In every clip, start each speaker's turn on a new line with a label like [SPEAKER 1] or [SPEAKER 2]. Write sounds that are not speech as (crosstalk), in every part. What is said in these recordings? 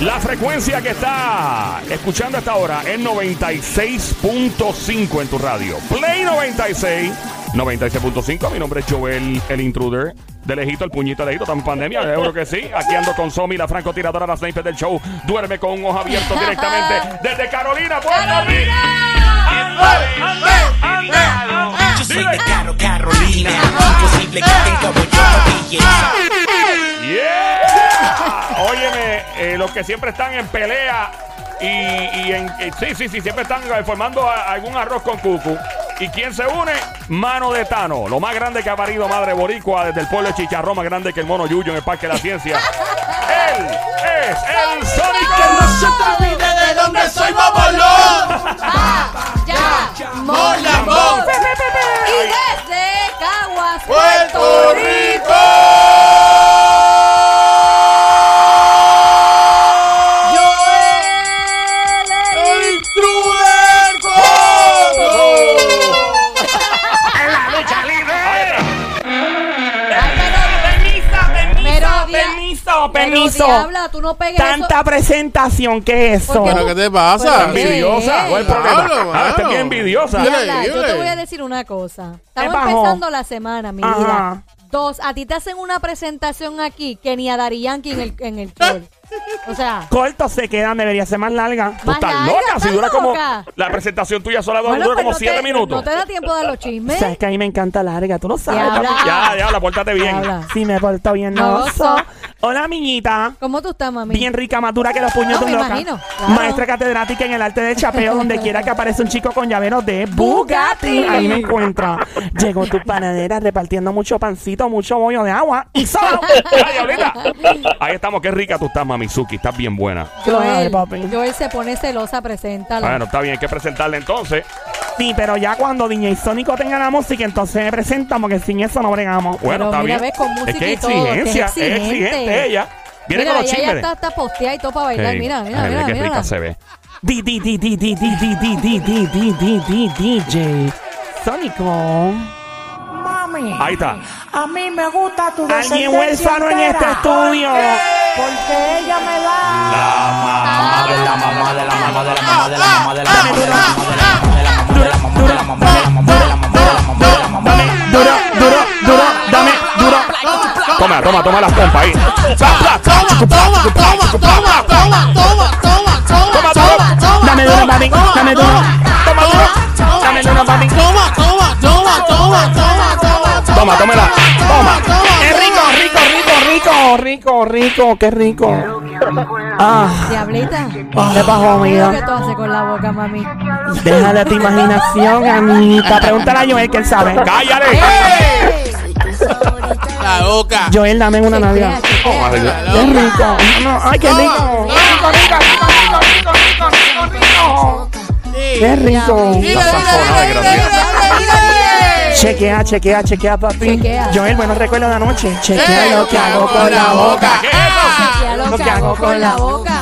[SPEAKER 1] La frecuencia que está escuchando hasta ahora es 96.5 en tu radio. Play 96, 96.5. Mi nombre es Joel, el intruder. De lejito, el puñito de lejito, tan pandemia, yo creo que sí. Aquí ando con Somi, la francotiradora, la sniper del show. Duerme con un ojo abierto directamente desde Carolina, Puerto Rico. ¡Ande, ande, ande!
[SPEAKER 2] Yo soy
[SPEAKER 1] Dile.
[SPEAKER 2] de Caro Carolina. Imposible que tenga bollón belleza.
[SPEAKER 1] Yeah. Óyeme, eh, los que siempre están en pelea y, y en, eh, sí, sí, sí, siempre están eh, formando a- algún arroz con cucu. ¿Y quién se une? Mano de Tano, lo más grande que ha parido Madre Boricua desde el pueblo de Chicharrón, más grande que el mono Yuyo en el Parque de la Ciencia. Él es el Sónico.
[SPEAKER 3] No se te olvide de dónde soy, Bobolón.
[SPEAKER 4] ya,
[SPEAKER 3] Lambón.
[SPEAKER 4] Y desde Caguas,
[SPEAKER 3] Puerto
[SPEAKER 4] Joel, el
[SPEAKER 3] Rico.
[SPEAKER 4] Pero permiso, permiso. Diabla, tú no pegues Tanta
[SPEAKER 5] presentación que es eso.
[SPEAKER 4] Porque
[SPEAKER 3] Pero
[SPEAKER 4] tú-
[SPEAKER 3] ¿qué te pasa?
[SPEAKER 4] Pues,
[SPEAKER 1] Envidiosa,
[SPEAKER 4] ¿qué?
[SPEAKER 1] ¿cuál es el problema?
[SPEAKER 3] Diablo,
[SPEAKER 1] Ah, está
[SPEAKER 3] mano.
[SPEAKER 1] bien envidiosa.
[SPEAKER 3] Dile,
[SPEAKER 4] Diabla, yo te
[SPEAKER 3] dile.
[SPEAKER 4] voy a decir una cosa.
[SPEAKER 5] Me
[SPEAKER 4] Estamos
[SPEAKER 5] bajó.
[SPEAKER 4] empezando la semana, mi vida.
[SPEAKER 5] Ajá.
[SPEAKER 4] Dos, a ti te hacen una presentación aquí que ni a Dari Yankee en el, en
[SPEAKER 1] (laughs)
[SPEAKER 4] el troll. O sea,
[SPEAKER 5] Cortos se quedan, debería ser más larga.
[SPEAKER 1] Tú
[SPEAKER 4] más
[SPEAKER 1] estás
[SPEAKER 4] larga,
[SPEAKER 1] loca, si
[SPEAKER 4] estás
[SPEAKER 1] dura como.
[SPEAKER 4] loca.
[SPEAKER 1] La presentación tuya sola dura
[SPEAKER 4] Bueno, pues
[SPEAKER 1] como
[SPEAKER 4] no
[SPEAKER 1] 7
[SPEAKER 4] te-
[SPEAKER 1] minutos.
[SPEAKER 4] No te da tiempo de dar los chismes.
[SPEAKER 5] Sabes que a mí me encanta larga, tú no sabes.
[SPEAKER 4] Diabla.
[SPEAKER 1] Ya, ya, la pórtate bien.
[SPEAKER 4] Diabla.
[SPEAKER 5] Sí, me porto bien, no.
[SPEAKER 4] Baboso.
[SPEAKER 5] Hola, miñita.
[SPEAKER 4] ¿Cómo tú estás, mami?
[SPEAKER 5] Bien rica, más dura que los puños
[SPEAKER 4] No,
[SPEAKER 5] de un
[SPEAKER 4] me
[SPEAKER 5] loca.
[SPEAKER 4] imagino, claro.
[SPEAKER 5] Maestra catedrática en el arte del
[SPEAKER 4] (laughs)
[SPEAKER 5] chapeo, donde quiera que aparece un chico con llaveros de Bugatti.
[SPEAKER 4] Bugatti.
[SPEAKER 5] Ahí me encuentra. Llegó tu panadera repartiendo mucho pancito, mucho bollo de agua
[SPEAKER 4] (laughs)
[SPEAKER 5] y solo.
[SPEAKER 1] Ay, Diablita. Ahí estamos, qué rica tú estás, Mamizuki. Estás bien buena.
[SPEAKER 5] Ay,
[SPEAKER 4] Joel,
[SPEAKER 5] papi.
[SPEAKER 4] Joel se pone celosa, preséntala.
[SPEAKER 1] Bueno, está bien, hay que presentarle entonces.
[SPEAKER 5] Sí, pero ya cuando DJ Sónico tenga la música, entonces me presentan, porque sin eso no bregamos.
[SPEAKER 1] Bueno,
[SPEAKER 4] Pero
[SPEAKER 1] está
[SPEAKER 4] mira,
[SPEAKER 1] bien.
[SPEAKER 4] ves, con
[SPEAKER 1] es
[SPEAKER 4] música
[SPEAKER 1] que
[SPEAKER 4] y todo,
[SPEAKER 1] exigencia,
[SPEAKER 4] que
[SPEAKER 1] es
[SPEAKER 4] es
[SPEAKER 1] exigente
[SPEAKER 4] exigente.
[SPEAKER 1] ella. Viene
[SPEAKER 4] mira,
[SPEAKER 1] con los
[SPEAKER 4] ella ya
[SPEAKER 1] chismes.
[SPEAKER 4] está, está posteada y todo para bailar.
[SPEAKER 1] Ey,
[SPEAKER 4] Mira, mira,
[SPEAKER 1] ay,
[SPEAKER 4] mira.
[SPEAKER 1] qué
[SPEAKER 4] mira.
[SPEAKER 1] rica se ve.
[SPEAKER 5] Di, di, di, di, di, di, di, di, di, di, di, di, di, DJ Sónico.
[SPEAKER 6] Mami,
[SPEAKER 1] Ahí está.
[SPEAKER 6] a mí me gusta tu
[SPEAKER 5] Alguien
[SPEAKER 6] descendencia
[SPEAKER 5] huérfano en
[SPEAKER 6] entera,
[SPEAKER 5] este estudio.
[SPEAKER 6] Porque ella me da.
[SPEAKER 5] Duro, duro, duro, dame, duro.
[SPEAKER 1] Toma, toma, toma las pompas ahí. Pla, pla,
[SPEAKER 3] Toma, toma, toma, toma, toma, toma, toma, toma, toma, toma.
[SPEAKER 5] Dame duro, mami, dame duro.
[SPEAKER 3] Toma, toma,
[SPEAKER 5] Dame duro, mami.
[SPEAKER 3] toma, toma, toma, toma, toma, toma, toma.
[SPEAKER 1] Toma, tómela. Toma.
[SPEAKER 5] Es rico, rico, rico, rico, rico, rico, qué rico. Ah,
[SPEAKER 4] Diablita.
[SPEAKER 5] qué bajo,
[SPEAKER 4] ¿Qué es lo que
[SPEAKER 5] mira.
[SPEAKER 4] tú haces con la boca, mami?
[SPEAKER 5] Déjale tu imaginación, amiguita. Pregúntale a Joel que él sabe.
[SPEAKER 1] ¡Cállate!
[SPEAKER 3] La boca.
[SPEAKER 5] Joel, dame una navidad.
[SPEAKER 1] Toma,
[SPEAKER 5] Qué rico. No, ay, qué rico. Qué rico.
[SPEAKER 3] Dile, dile, dile, dile, dile, dile, dile.
[SPEAKER 5] Chequea, chequea, chequea, papi.
[SPEAKER 4] Chequea.
[SPEAKER 5] Joel, buenos recuerdos de anoche. Chequea lo que hago con la boca.
[SPEAKER 4] Chequea lo que hago con la boca.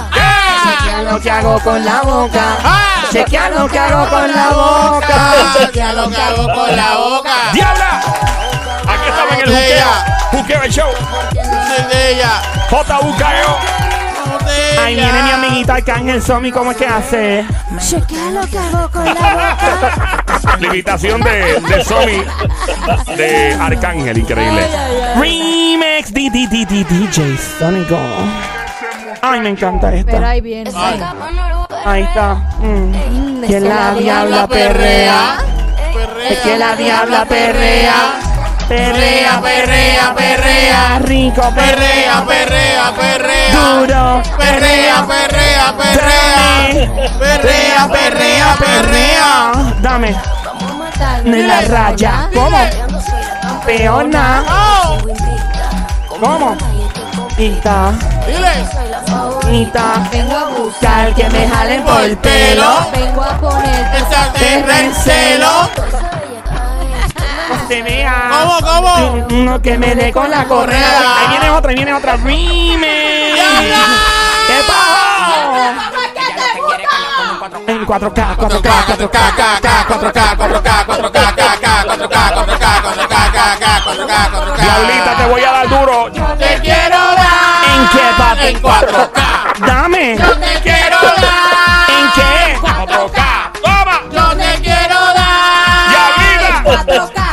[SPEAKER 5] Chequea lo que hago con la boca. Ah. Chequea lo que hago con la boca.
[SPEAKER 3] Chequea lo que hago con la boca.
[SPEAKER 1] ¡Diabla! Aquí estaba en el juqueo.
[SPEAKER 3] Ella.
[SPEAKER 1] Juqueo el show.
[SPEAKER 3] Dicen de ella.
[SPEAKER 1] J.U.K.E.O.
[SPEAKER 3] de ella.
[SPEAKER 5] Ahí viene mi amiguita Arcángel Somi, ¿cómo es que hace?
[SPEAKER 6] Chequea lo que hago con la boca.
[SPEAKER 1] Limitación de, de Sony de Arcángel, increíble.
[SPEAKER 5] Remix di, di, di, di, DJ Sonico. Ay, me encanta
[SPEAKER 4] Pero
[SPEAKER 5] esta.
[SPEAKER 4] ahí viene.
[SPEAKER 5] Ahí está. Mm.
[SPEAKER 4] Mm,
[SPEAKER 5] Que
[SPEAKER 4] esa
[SPEAKER 5] la diabla perrea.
[SPEAKER 3] Perrea.
[SPEAKER 5] Es que la diabla perrea.
[SPEAKER 3] Perrea, perrea, perrea.
[SPEAKER 5] Rico,
[SPEAKER 3] Perrea, perrea, perrea.
[SPEAKER 5] Duro.
[SPEAKER 3] Perrea, perrea, perrea. Perrea, perrea, perrea.
[SPEAKER 5] Dame. En la raya. ¿Cómo? Peona.
[SPEAKER 3] Oh,
[SPEAKER 5] ¿Cómo? Ita.
[SPEAKER 3] dile.
[SPEAKER 5] Ita.
[SPEAKER 4] Vengo a buscar,
[SPEAKER 5] Cal que me jalen por el pelo.
[SPEAKER 4] vengo a poner.
[SPEAKER 3] Esa te rencelo.
[SPEAKER 5] No se vea.
[SPEAKER 3] ¿Cómo, cómo?
[SPEAKER 5] Uno que me dé con la correa. Ahí viene otra, ahí viene otra. Remix.
[SPEAKER 3] ¡Diabla!
[SPEAKER 5] ¡Qué pajo! En 4K, 4K.
[SPEAKER 3] 4K, 4K, 4K, 4K, 4K, 4K.
[SPEAKER 1] Diablita, te voy a dar duro.
[SPEAKER 3] Te quiero dar
[SPEAKER 5] ¿En qué, papi?
[SPEAKER 3] en 4K.
[SPEAKER 5] Dame. ¿En
[SPEAKER 3] Yo te quiero dar
[SPEAKER 5] qué?
[SPEAKER 1] 4K. Toma.
[SPEAKER 3] Yo te quiero dar
[SPEAKER 1] Diablita.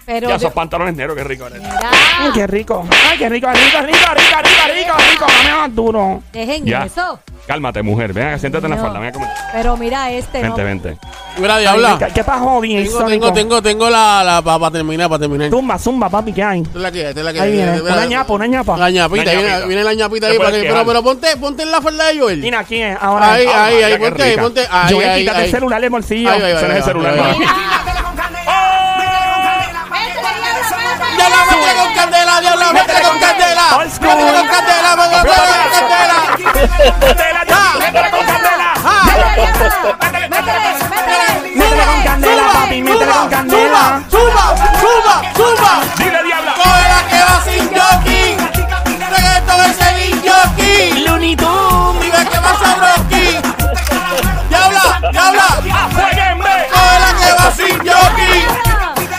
[SPEAKER 4] Pero
[SPEAKER 1] Ya, esos
[SPEAKER 4] Dios-
[SPEAKER 1] pantalones negros, qué rico eres.
[SPEAKER 4] Mira,
[SPEAKER 5] Ay, qué rico. Ay, qué rico, rico, rico, rico, rico, rico, rico. Dame más duro.
[SPEAKER 4] dejen
[SPEAKER 1] Ya.
[SPEAKER 4] eso.
[SPEAKER 1] Cálmate, mujer. Ven acá, siéntate en la
[SPEAKER 4] No.
[SPEAKER 1] falda. Ven acá, come-
[SPEAKER 4] Pero mira este,
[SPEAKER 1] Vente,
[SPEAKER 4] ¿no?
[SPEAKER 1] vente.
[SPEAKER 7] Mira,
[SPEAKER 5] ¿Qué,
[SPEAKER 7] diabla.
[SPEAKER 5] qué pasó, bien,
[SPEAKER 7] Tengo, tengo, tengo, tengo la, la para terminar, para terminar. Esta
[SPEAKER 5] Zumba, zumba, papi, ¿qué hay?
[SPEAKER 7] es la que, esta es la que.
[SPEAKER 5] Ahí viene.
[SPEAKER 7] mira,
[SPEAKER 5] Una ñapa, una ñapa.
[SPEAKER 7] La ñapita,
[SPEAKER 1] Una ñapita.
[SPEAKER 7] Viene, viene la ñapita
[SPEAKER 1] Te
[SPEAKER 7] ahí. Para
[SPEAKER 1] puedes
[SPEAKER 7] que,
[SPEAKER 1] quedar.
[SPEAKER 7] pero, pero ponte, ponte en la falda de Joel.
[SPEAKER 5] Mira quién es ahora.
[SPEAKER 7] Ahí,
[SPEAKER 1] Ah,
[SPEAKER 7] ahí,
[SPEAKER 1] María,
[SPEAKER 7] ahí,
[SPEAKER 1] qué
[SPEAKER 7] ponte, ahí,
[SPEAKER 1] rica.
[SPEAKER 7] ponte. Ahí,
[SPEAKER 5] Joel,
[SPEAKER 7] ahí,
[SPEAKER 5] quítate
[SPEAKER 7] ahí.
[SPEAKER 5] el celular del bolsillo.
[SPEAKER 7] Ahí, ahí,
[SPEAKER 1] Ese no es el
[SPEAKER 7] ahí,
[SPEAKER 1] celular,
[SPEAKER 7] ahí,
[SPEAKER 1] mami.
[SPEAKER 7] ahí.
[SPEAKER 6] Diabla,
[SPEAKER 7] Métele con candela, diabla, métele con candela.
[SPEAKER 5] Old school.
[SPEAKER 7] Métele con candela, métele con candela.
[SPEAKER 1] Candela, ya, métela con candela.
[SPEAKER 5] Ah. Métele con candela, papi, métele con candela.
[SPEAKER 7] Suba, suba, suba.
[SPEAKER 1] Dile, diabla.
[SPEAKER 7] Coge la que va sin jockey. Reggaeton es el in jockey.
[SPEAKER 5] Lunito.
[SPEAKER 7] Vive que va a rocky. Diabla, diabla.
[SPEAKER 1] ¡Apóyenme!
[SPEAKER 7] Coge la que va sin jockey.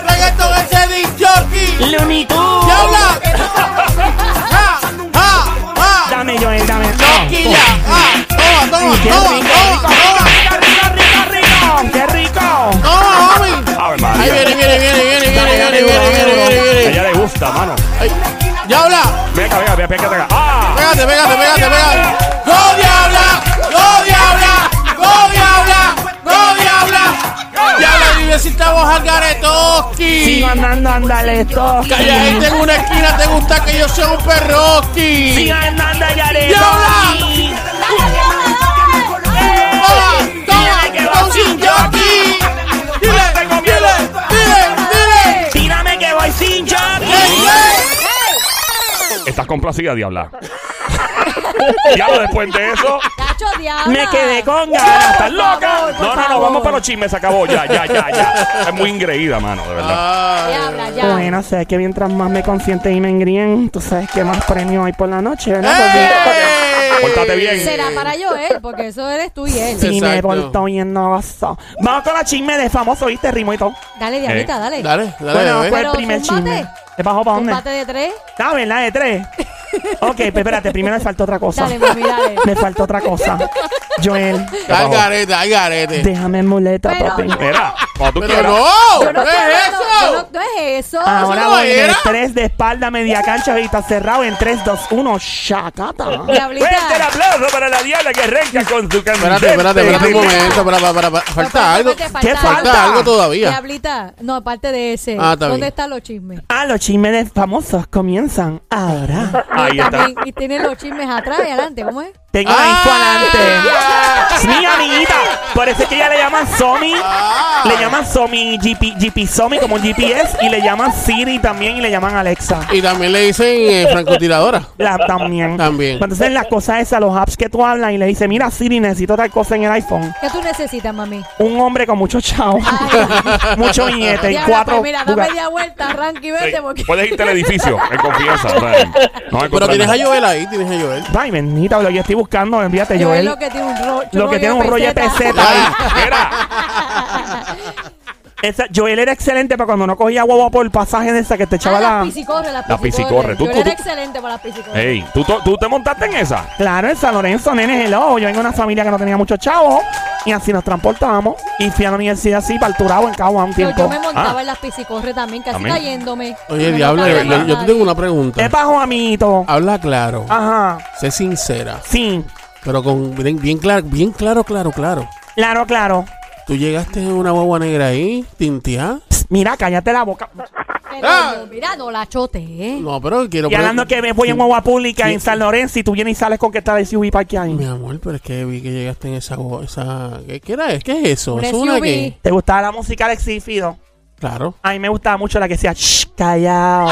[SPEAKER 7] Reggaeton es el in jockey.
[SPEAKER 5] Lunito.
[SPEAKER 7] Diabla. Ja, ja, ja.
[SPEAKER 5] Dame, Joel, dame.
[SPEAKER 7] Jockey ya. Ah, toma, toma,
[SPEAKER 5] Qué
[SPEAKER 7] toma, toma,
[SPEAKER 5] rico,
[SPEAKER 7] toma.
[SPEAKER 5] Rico, rico, rico, rico. Qué rico.
[SPEAKER 7] Toma, homie.
[SPEAKER 1] ¡Ave
[SPEAKER 7] Ahí
[SPEAKER 1] María!
[SPEAKER 7] viene, viene, viene, viene, viene, viene, viene, viene,
[SPEAKER 1] Ah, A
[SPEAKER 7] viene, viene.
[SPEAKER 1] ella le gusta, mano.
[SPEAKER 7] Ay, Diabla,
[SPEAKER 1] Venga, venga, venga, venga, venga. ¡Ah!
[SPEAKER 7] pégate, pégate, pégate, pégate. ¡Go, diabla! ¡Go, diabla! ¡Go, diabla! ¡Go, diabla! Diabla, vive si estamos al
[SPEAKER 5] Sigo
[SPEAKER 7] garetoski.
[SPEAKER 5] andando, andale esto.
[SPEAKER 7] Calladita en una esquina, te gusta que yo sea un perroski.
[SPEAKER 5] Sigo andando, andale esto.
[SPEAKER 7] ¡Diabla! ¡Toma, toma, con sin jockey! ¡Dile, dile, dile, dile!
[SPEAKER 5] Tírame que voy sin
[SPEAKER 7] ¡Ey,
[SPEAKER 5] jockey.
[SPEAKER 7] ey!
[SPEAKER 1] Estás complacida, diabla. (laughs) Diablo, después de eso,
[SPEAKER 4] Cacho, diabla.
[SPEAKER 5] Me quedé con ganas. ¿Estás
[SPEAKER 4] Por
[SPEAKER 5] loca?
[SPEAKER 4] favor, por
[SPEAKER 1] no, no, no,
[SPEAKER 4] favor.
[SPEAKER 1] vamos para los chismes, se acabó. Ya, ya, ya, ya. Es muy ingreída, mano, de verdad.
[SPEAKER 4] Diabla, ya.
[SPEAKER 5] Bueno, sabes que mientras más me consienten y me engríen, tú sabes que más premio hay por la noche, ¿verdad?
[SPEAKER 7] ¡Eh!
[SPEAKER 5] Porque
[SPEAKER 7] ¡Ey!
[SPEAKER 1] Pórtate bien.
[SPEAKER 4] Será para Joel, porque eso eres tú y él.
[SPEAKER 7] Sí.
[SPEAKER 5] Si me
[SPEAKER 7] Exacto.
[SPEAKER 5] porto bien, no gozo. Vamos con la chisme de famoso, ¿viste? Rimo y todo.
[SPEAKER 4] Dale, diablita, dale.
[SPEAKER 7] Dale, dale,
[SPEAKER 5] Bueno, vamos
[SPEAKER 7] bebé.
[SPEAKER 5] con el
[SPEAKER 4] Pero
[SPEAKER 5] primer
[SPEAKER 4] zúmbate.
[SPEAKER 5] chisme. ¿Te bajó para
[SPEAKER 4] Un
[SPEAKER 5] dónde?
[SPEAKER 4] bate de tres.
[SPEAKER 5] Ah, ¿verdad?
[SPEAKER 7] (laughs)
[SPEAKER 5] De tres. ok, pero espérate, primero me faltó otra cosa.
[SPEAKER 4] Dale, mami, dale.
[SPEAKER 5] me faltó otra cosa. Joel,
[SPEAKER 7] Ay, garete, ay, garete.
[SPEAKER 5] déjame en muleta,
[SPEAKER 4] Pero-
[SPEAKER 5] papi.
[SPEAKER 1] Mira, cuando tú
[SPEAKER 7] Pero
[SPEAKER 1] quieras.
[SPEAKER 7] no,
[SPEAKER 4] Yo
[SPEAKER 7] ¿qué
[SPEAKER 4] estoy
[SPEAKER 7] es
[SPEAKER 4] hablando-
[SPEAKER 7] eso?
[SPEAKER 4] yo No, no es eso.
[SPEAKER 5] Ahora
[SPEAKER 7] no
[SPEAKER 5] voy en el
[SPEAKER 7] era.
[SPEAKER 5] 3 de espalda, media cancha, ahorita cerrado en 3, 2, 1, shakata.
[SPEAKER 7] pues,
[SPEAKER 1] Fuerte el
[SPEAKER 4] Diablita.
[SPEAKER 1] aplauso para la diabla que arranca con su canción.
[SPEAKER 5] (laughs)
[SPEAKER 7] Espérate, espérate, espérate un momento, para, para, para, para. falta algo.
[SPEAKER 4] Falta,
[SPEAKER 5] ¿Qué
[SPEAKER 7] Falta
[SPEAKER 5] falta?
[SPEAKER 7] algo todavía.
[SPEAKER 4] Diablita, no, aparte de ese.
[SPEAKER 7] Ah, está
[SPEAKER 4] ¿Dónde
[SPEAKER 7] bien.
[SPEAKER 4] están los chismes?
[SPEAKER 5] Ah, los chismes de famosos comienzan ahora.
[SPEAKER 1] Ahí está.
[SPEAKER 4] También- y tienen los chismes atrás y adelante, ¿cómo es?
[SPEAKER 5] Tengo la info adelante.
[SPEAKER 7] Ah.
[SPEAKER 5] Es mi amiguita. Por eso es que ella le llaman Somi.
[SPEAKER 7] Ah.
[SPEAKER 5] Le llaman Somi, GP, GP Somi como un GPS. Y le llaman Siri también y le llaman Alexa.
[SPEAKER 7] Y también le dicen eh, francotiradora.
[SPEAKER 5] La, también.
[SPEAKER 7] También.
[SPEAKER 5] Entonces las cosas esas, los apps que tú hablas y le dices, mira Siri, necesito tal cosa en el iPhone.
[SPEAKER 4] ¿Qué tú necesitas, mami?
[SPEAKER 5] Un hombre con mucho chao, (laughs) mucho billete y
[SPEAKER 4] Diabla,
[SPEAKER 5] cuatro...
[SPEAKER 4] pues mira, da
[SPEAKER 5] Bugatti.
[SPEAKER 4] media vuelta, arranca y vete porque...
[SPEAKER 1] Sí, Puedes irte al
[SPEAKER 4] (laughs)
[SPEAKER 1] edificio, en confianza. o sea, No hay
[SPEAKER 7] Pero tienes a Joel ahí, tienes a Joel.
[SPEAKER 5] Ay, bendita, lo que estoy buscando, envíate
[SPEAKER 4] Yo es
[SPEAKER 5] Eh, Joel.
[SPEAKER 4] lo que tiene un rollo.
[SPEAKER 5] Lo que tiene un rollo de peseta ahí.
[SPEAKER 1] Mira,
[SPEAKER 5] Esa- Joel era excelente para cuando no cogía guagua por el pasaje de esa que te echaba
[SPEAKER 4] Ah, las
[SPEAKER 5] la...
[SPEAKER 4] piscicorre, las
[SPEAKER 1] La piscicorre.
[SPEAKER 4] piscicorre.
[SPEAKER 1] Tú-
[SPEAKER 4] Yo
[SPEAKER 1] tú-
[SPEAKER 4] era
[SPEAKER 1] tú-
[SPEAKER 4] excelente para las
[SPEAKER 5] Eh,
[SPEAKER 4] piscicorre.
[SPEAKER 1] ey, ¿tú, to- tú te montaste en esa.
[SPEAKER 5] Claro, en San Lorenzo, nene, hello. Yo vengo de una familia que no tenía muchos chavos y así nos transportábamos. Y fui a la universidad así, parturado en Cagua un
[SPEAKER 4] Yo, yo
[SPEAKER 5] tiempo.
[SPEAKER 4] me montaba
[SPEAKER 1] Ah.
[SPEAKER 4] en las piscicorre también, casi
[SPEAKER 1] Amén.
[SPEAKER 4] cayéndome.
[SPEAKER 7] Oye,
[SPEAKER 4] No
[SPEAKER 7] diabla,
[SPEAKER 4] notaba
[SPEAKER 7] yo, yo te
[SPEAKER 4] nada.
[SPEAKER 7] tengo una
[SPEAKER 5] ¿Qué
[SPEAKER 7] pregunta.
[SPEAKER 5] pasó, amiguito?
[SPEAKER 7] Habla claro,
[SPEAKER 5] Ah. Ajá,
[SPEAKER 7] sé sincera,
[SPEAKER 5] sí.
[SPEAKER 7] pero con bien, bien claro, bien claro, claro, claro.
[SPEAKER 5] Claro, claro.
[SPEAKER 7] Tú llegaste en una guagua negra ahí, tintia.
[SPEAKER 5] Psst, Mira, cállate la boca.
[SPEAKER 4] Pero
[SPEAKER 7] ¡Ah!
[SPEAKER 4] no, mira, no la chote, ¿eh?
[SPEAKER 7] No, pero quiero
[SPEAKER 5] Y hablando que me voy en guagua pública en San Lorenzo y tú vienes y sales con que está de SUV para
[SPEAKER 7] Mi
[SPEAKER 5] ahí.
[SPEAKER 7] amor, pero es que vi que llegaste en esa guagua, esa ¿qué, qué era? ¿Qué es eso?
[SPEAKER 4] Un
[SPEAKER 7] ¿Eso ¿Es una
[SPEAKER 4] SUV.
[SPEAKER 7] qué?
[SPEAKER 5] ¿Te gustaba la música de Exifido?
[SPEAKER 7] Claro.
[SPEAKER 5] A mí me gustaba
[SPEAKER 7] (laughs)
[SPEAKER 5] mucho la que decía, shh, callao.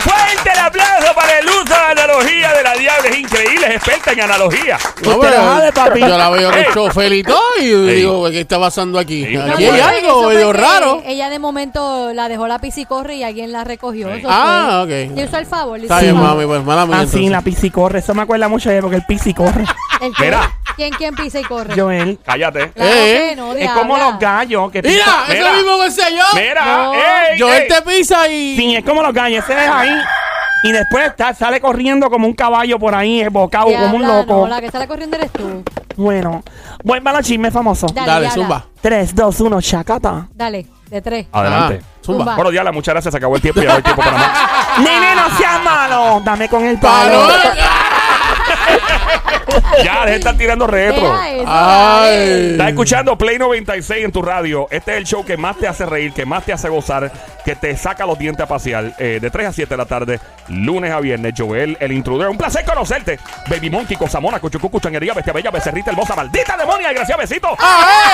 [SPEAKER 5] ¡Fuerte el
[SPEAKER 1] aplauso para el uso de analogía de la diabla. Es increíble, es experta en analogía.
[SPEAKER 5] Usted
[SPEAKER 7] pero
[SPEAKER 5] la sabe, papi.
[SPEAKER 7] Yo la veo
[SPEAKER 1] Ey.
[SPEAKER 7] de chofer y todo y digo, "Pues, ¿qué está pasando aquí?
[SPEAKER 1] Sí.
[SPEAKER 7] Aquí
[SPEAKER 1] No,
[SPEAKER 7] hay
[SPEAKER 1] bueno,
[SPEAKER 7] algo
[SPEAKER 4] eso
[SPEAKER 7] medio
[SPEAKER 4] fue que
[SPEAKER 7] raro.
[SPEAKER 4] Ella de momento la dejó la corre y alguien la recogió.
[SPEAKER 1] Sí.
[SPEAKER 4] Eso
[SPEAKER 7] Ah,
[SPEAKER 4] fue.
[SPEAKER 7] ok.
[SPEAKER 4] Le hizo el favor. le
[SPEAKER 7] Está
[SPEAKER 4] hizo el
[SPEAKER 7] bien,
[SPEAKER 4] favor.
[SPEAKER 7] mami, pues mala mía.
[SPEAKER 5] Ah, sí,
[SPEAKER 7] entonces.
[SPEAKER 5] la pisi corre. Eso me acuerda mucho de él porque el
[SPEAKER 4] (laughs)
[SPEAKER 5] pisi corre.
[SPEAKER 4] ¿El qué?
[SPEAKER 1] Mira.
[SPEAKER 4] ¿Quién, quién pisa y corre?
[SPEAKER 5] Joel.
[SPEAKER 1] Cállate.
[SPEAKER 4] Claro
[SPEAKER 7] Eh,
[SPEAKER 4] que no,
[SPEAKER 5] Es como
[SPEAKER 4] diabla.
[SPEAKER 5] los gallos que
[SPEAKER 7] Mira,
[SPEAKER 5] pisan.
[SPEAKER 1] Mira.
[SPEAKER 7] eso mismo que sé yo.
[SPEAKER 1] Mira,
[SPEAKER 4] No.
[SPEAKER 1] ey,
[SPEAKER 7] Yo
[SPEAKER 1] ey.
[SPEAKER 7] él te pisa y.
[SPEAKER 5] Sí, es como los gallos. Se deja ahí y después está- sale corriendo como un caballo por ahí, bocado, como un
[SPEAKER 4] Diabla,
[SPEAKER 5] loco.
[SPEAKER 4] No, la que sale corriendo eres tú.
[SPEAKER 5] Bueno, buen para los chismes famosos.
[SPEAKER 4] Dale,
[SPEAKER 7] Dale,
[SPEAKER 4] diabla.
[SPEAKER 7] zumba.
[SPEAKER 5] 3, 2, 1, chacata.
[SPEAKER 4] Dale, de tres.
[SPEAKER 1] Adelante.
[SPEAKER 7] Ah, zumba.
[SPEAKER 4] Zumba.
[SPEAKER 1] Bueno, Diabla, muchas gracias. Se acabó el tiempo y ya no hay tiempo para más.
[SPEAKER 5] Nene, no seas malo. Dame con el
[SPEAKER 7] Ah. Palo.
[SPEAKER 5] palo.
[SPEAKER 1] Ya, Ah, deja de estar tirando retro.
[SPEAKER 4] Deja eso,
[SPEAKER 7] Ah.
[SPEAKER 4] dale.
[SPEAKER 7] Ay.
[SPEAKER 1] Estás escuchando Play 96 en tu radio. Este es el show que más te hace reír, que más te hace gozar, que te saca los dientes a pasear. eh, de 3 a 7 de la tarde, lunes a viernes. Joel, el intrudero. Un placer conocerte. Baby Monkey, Cosamona, Cochucucu, Changuería, Bestia Bella, Becerrita Hermosa, Maldita Demonia, desgraciado Besito.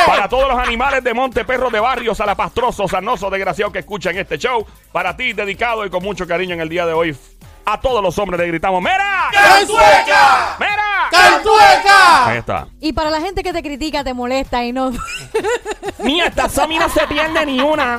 [SPEAKER 1] Para todos los animales de monte, perros de barrio, salapastrosos, sanosos, desgraciados que escuchan este show. Para ti, dedicado y con mucho cariño en el día de hoy. A todos los hombres le gritamos, ¡Mira!
[SPEAKER 7] ¡Cantueca!
[SPEAKER 1] ¡Mira!
[SPEAKER 7] ¡Cantueca!
[SPEAKER 1] Ahí está.
[SPEAKER 4] Y para la gente que te critica, te molesta y no. (laughs)
[SPEAKER 5] Mía, esta Sami no se pierde ni una.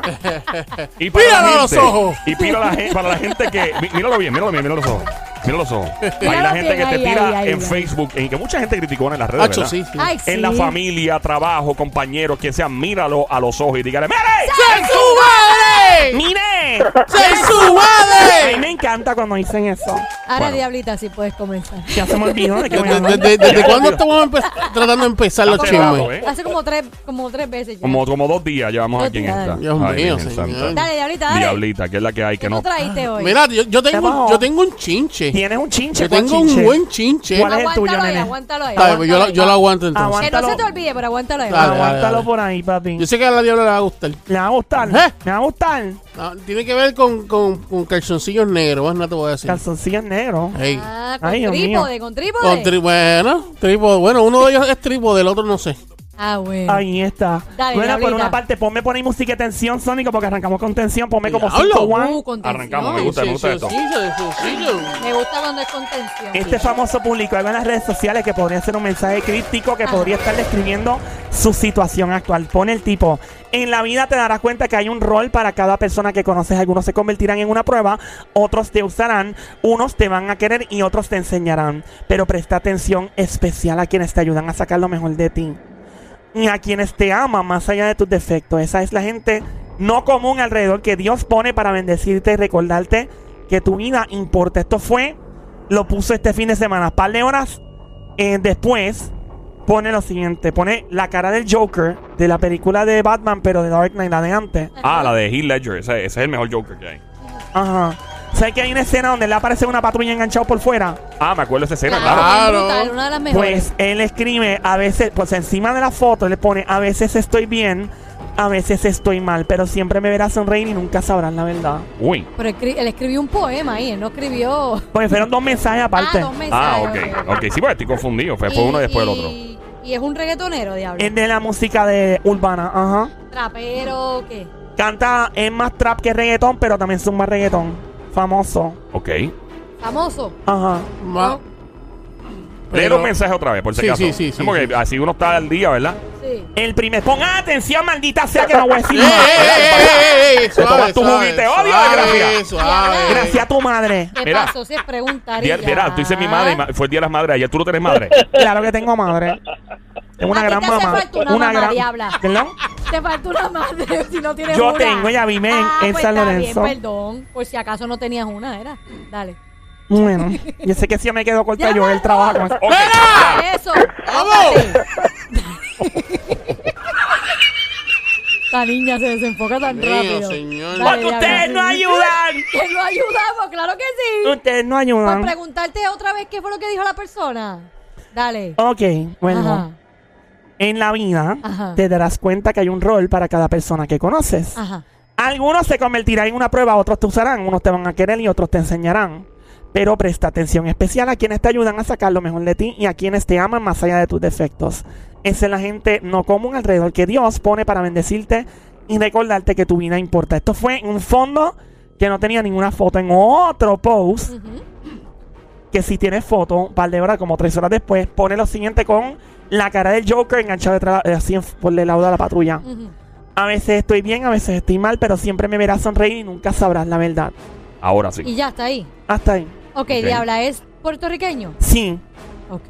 [SPEAKER 1] Y para
[SPEAKER 7] Míralo
[SPEAKER 1] la
[SPEAKER 7] a los
[SPEAKER 1] gente-
[SPEAKER 7] ojos.
[SPEAKER 1] Y para la, gen- para la gente que. mí- Míralo bien, míralo bien, míralo los ojos. Míralo los
[SPEAKER 7] (laughs)
[SPEAKER 1] ojos. Hay la
[SPEAKER 4] Míralo
[SPEAKER 1] gente que
[SPEAKER 4] bien,
[SPEAKER 1] te
[SPEAKER 4] ahí,
[SPEAKER 1] tira
[SPEAKER 4] ahí, ahí,
[SPEAKER 1] en
[SPEAKER 4] ahí.
[SPEAKER 1] Facebook, en que mucha gente criticó en las redes.
[SPEAKER 7] Hacho,
[SPEAKER 1] ¿verdad?
[SPEAKER 7] sí, sí.
[SPEAKER 4] Ay, sí.
[SPEAKER 1] En la familia, trabajo, compañeros, quien sea, míralo a los ojos y dígale, ¡Mire!
[SPEAKER 7] ¡Se su madre! (laughs)
[SPEAKER 5] Mire,
[SPEAKER 7] ¡Se su
[SPEAKER 5] a mí
[SPEAKER 7] madre!
[SPEAKER 5] me encanta cuando dicen eso.
[SPEAKER 4] Ahora,
[SPEAKER 1] Bueno.
[SPEAKER 4] diablita, si puedes comenzar.
[SPEAKER 5] Ya se me
[SPEAKER 4] (laughs)
[SPEAKER 5] olvidó de que me
[SPEAKER 7] ¿Desde,
[SPEAKER 5] hablan.
[SPEAKER 7] desde- desde cuándo estamos empe- tratando de empezar los
[SPEAKER 1] Hace rato,
[SPEAKER 7] chismes?
[SPEAKER 1] ¿eh?
[SPEAKER 4] Hace como tres, como tres veces ya.
[SPEAKER 1] Como, como dos días llevamos
[SPEAKER 4] Dos
[SPEAKER 1] aquí en
[SPEAKER 4] días.
[SPEAKER 1] esta.
[SPEAKER 7] Dios mío,
[SPEAKER 1] Virgen
[SPEAKER 7] señor.
[SPEAKER 1] Santa.
[SPEAKER 4] Dale, diablita, dale.
[SPEAKER 1] Diablita, que es la que hay
[SPEAKER 4] ¿Qué
[SPEAKER 1] que
[SPEAKER 4] no
[SPEAKER 1] no.
[SPEAKER 4] traíste hoy?
[SPEAKER 7] Mira, yo, yo tengo,
[SPEAKER 5] Estamos-
[SPEAKER 7] un- yo tengo un chinche.
[SPEAKER 5] Tienes un chinche.
[SPEAKER 7] Yo
[SPEAKER 5] ¿cuál
[SPEAKER 7] tengo un
[SPEAKER 5] chinche?
[SPEAKER 7] buen chinche.
[SPEAKER 5] ¿Cuál es el tuyo,
[SPEAKER 4] aguántalo ahí,
[SPEAKER 5] nene?
[SPEAKER 4] aguántalo ahí.
[SPEAKER 7] Dale, pues yo, lo,
[SPEAKER 4] aguántalo
[SPEAKER 7] yo lo
[SPEAKER 4] ahí.
[SPEAKER 7] aguanto entonces.
[SPEAKER 5] Aguanta.
[SPEAKER 4] Que no se te
[SPEAKER 5] aguántalo.
[SPEAKER 4] olvide, pero aguántalo ahí.
[SPEAKER 7] Dale.
[SPEAKER 5] Ah, Aguántalo por ahí, papi.
[SPEAKER 7] Yo sé que a la diabla le va a gustar.
[SPEAKER 5] Le va a gustar.
[SPEAKER 7] ¿Eh?
[SPEAKER 5] Le va a gustar.
[SPEAKER 7] Ah, tiene que ver con, con, con calzoncillos negros, más nada te voy a decir.
[SPEAKER 5] Calzoncillos negros.
[SPEAKER 7] Ey.
[SPEAKER 4] Ah, con
[SPEAKER 5] Ay, Dios mío.
[SPEAKER 4] trípode, con trípode.
[SPEAKER 7] Con tri- bueno, tripo, bueno, uno de ellos es tripo, del otro no sé.
[SPEAKER 4] Ah, bueno.
[SPEAKER 5] Ahí está.
[SPEAKER 4] Dale,
[SPEAKER 5] bueno, por
[SPEAKER 4] Diablita.
[SPEAKER 5] una parte, ponme por ahí música de tensión, Sónico, porque arrancamos con tensión. Ponme como
[SPEAKER 7] Diablo.
[SPEAKER 5] 5
[SPEAKER 4] Uh,
[SPEAKER 5] one.
[SPEAKER 4] con tensión.
[SPEAKER 1] Arrancamos, me gusta, me gusta esto.
[SPEAKER 4] Me gusta cuando es con tensión.
[SPEAKER 1] Eh,
[SPEAKER 5] Este famoso publicó algo en las redes sociales que podría ser un mensaje críptico que
[SPEAKER 4] Ajá.
[SPEAKER 5] podría estar describiendo su situación actual. Pone el tipo, en la vida te darás cuenta que hay un rol para cada persona que conoces. Algunos se convertirán en una prueba, otros te usarán, unos te van a querer y otros te enseñarán. Pero presta atención especial a quienes te ayudan a sacar lo mejor de ti. Y a quienes te aman más allá de tus defectos. Esa es la gente no común alrededor que Dios pone para bendecirte y recordarte que tu vida importa. Esto fue, lo puso este fin de semana. Par de horas eh, después pone lo siguiente. Pone la cara del Joker de la película de Batman, pero de Dark Knight, la de antes.
[SPEAKER 1] Ah, la de Heath Ledger. Ese, ese es el mejor Joker que hay.
[SPEAKER 5] Ajá. ¿Sabes que hay una escena donde le aparece una patrulla enganchado por fuera?
[SPEAKER 1] Ah, me acuerdo de esa escena,
[SPEAKER 7] Claro.
[SPEAKER 1] claro.
[SPEAKER 4] brutal, una de las mejores.
[SPEAKER 5] Pues él escribe, a veces, pues encima de la foto le pone, a veces estoy bien, a veces estoy mal, pero siempre me verás sonreír y nunca sabrás la verdad.
[SPEAKER 1] Uy.
[SPEAKER 4] Pero escri- él escribió un poema ahí, él no escribió.
[SPEAKER 5] Porque Pues fueron dos mensajes aparte.
[SPEAKER 4] Ah, dos meses.
[SPEAKER 1] Ah, ok. Ok, sí, pues estoy confundido. Fue fue uno y después el otro.
[SPEAKER 4] Y es un reggaetonero, diablo.
[SPEAKER 5] es de la música de urbana, ajá.
[SPEAKER 4] Trapero, ¿qué?
[SPEAKER 5] Canta, es más trap que reggaetón, pero también es un más reggaetón. Famoso.
[SPEAKER 1] Ok.
[SPEAKER 4] Famoso.
[SPEAKER 5] Ajá.
[SPEAKER 1] Lee los mensajes otra vez, por si
[SPEAKER 7] Sí,
[SPEAKER 1] acaso.
[SPEAKER 7] sí, sí, sí,
[SPEAKER 1] Porque así uno está al día, ¿verdad?
[SPEAKER 4] Sí.
[SPEAKER 5] El primer. Pongan atención, maldita sea que no voy a
[SPEAKER 7] (laughs)
[SPEAKER 5] decir
[SPEAKER 7] ¡Ey,
[SPEAKER 5] más.
[SPEAKER 7] eh, ey, ey, ey!
[SPEAKER 1] Te tomas tu juguito, te odio, desgraciada.
[SPEAKER 7] suave, suave.
[SPEAKER 5] Gracias a tu madre.
[SPEAKER 4] ¿Qué
[SPEAKER 1] Mira.
[SPEAKER 4] pasó? Si es preguntar. y
[SPEAKER 1] Día-
[SPEAKER 4] ya.
[SPEAKER 1] Mira, tú dices mi madre, y ma- fue el día de las madres. Ayer tú no tenés madre.
[SPEAKER 5] Claro que tengo madre. Tengo una
[SPEAKER 4] A ti
[SPEAKER 5] gran
[SPEAKER 4] te hace
[SPEAKER 5] mamá.
[SPEAKER 4] falta una mamá, diabla.
[SPEAKER 5] ¿Perdón?
[SPEAKER 4] Te falta una madre (laughs) si no tienes
[SPEAKER 5] Yo
[SPEAKER 4] una.
[SPEAKER 5] tengo, ya vi, men,
[SPEAKER 4] Ah,
[SPEAKER 5] en
[SPEAKER 4] pues
[SPEAKER 5] San
[SPEAKER 4] está
[SPEAKER 5] Lorenzo.
[SPEAKER 4] Bien, perdón, por si acaso no tenías una, era. Dale.
[SPEAKER 5] Bueno, yo sé que si me quedo corta,
[SPEAKER 4] Ya,
[SPEAKER 5] yo él
[SPEAKER 4] Marco.
[SPEAKER 5] trabaja con eso.
[SPEAKER 1] Ok,
[SPEAKER 4] Ah, Eso. Ándate. (laughs) La niña se desenfoca tan
[SPEAKER 7] Mío,
[SPEAKER 4] rápido.
[SPEAKER 7] señor.
[SPEAKER 4] Dale,
[SPEAKER 5] Porque
[SPEAKER 4] diabla.
[SPEAKER 5] ustedes no ayudan.
[SPEAKER 4] Que no ayudamos, claro que sí.
[SPEAKER 5] Ustedes no
[SPEAKER 4] Por
[SPEAKER 5] ayudan.
[SPEAKER 4] preguntarte otra vez qué fue lo que dijo la persona. Dale.
[SPEAKER 5] Ok, Oh, bueno.
[SPEAKER 4] Ajá.
[SPEAKER 5] En la vida
[SPEAKER 4] Ajá.
[SPEAKER 5] te darás cuenta que hay un rol para cada persona que conoces.
[SPEAKER 4] Ajá.
[SPEAKER 5] Algunos se convertirán en una prueba, otros te usarán, unos te van a querer y otros te enseñarán. Pero presta atención especial a quienes te ayudan a sacar lo mejor de ti y a quienes te aman más allá de tus defectos. Esa es la gente no común alrededor que Dios pone para bendecirte y recordarte que tu vida importa. Esto fue en un fondo que no tenía ninguna foto en otro post.
[SPEAKER 4] Ujú.
[SPEAKER 5] Que si tiene foto, un par de horas, como tres horas después, pone lo siguiente con la cara del Joker enganchado detrás, eh, así en- por el lado de la patrulla.
[SPEAKER 4] Ujú.
[SPEAKER 5] A veces estoy bien, a veces estoy mal, pero siempre me verás sonreír y nunca sabrás la verdad.
[SPEAKER 1] Ahora sí.
[SPEAKER 4] Y ya está ahí.
[SPEAKER 5] Hasta ahí.
[SPEAKER 4] Ok,
[SPEAKER 1] Ok.
[SPEAKER 4] Diabla es puertorriqueño.
[SPEAKER 5] Sí.
[SPEAKER 4] Ok.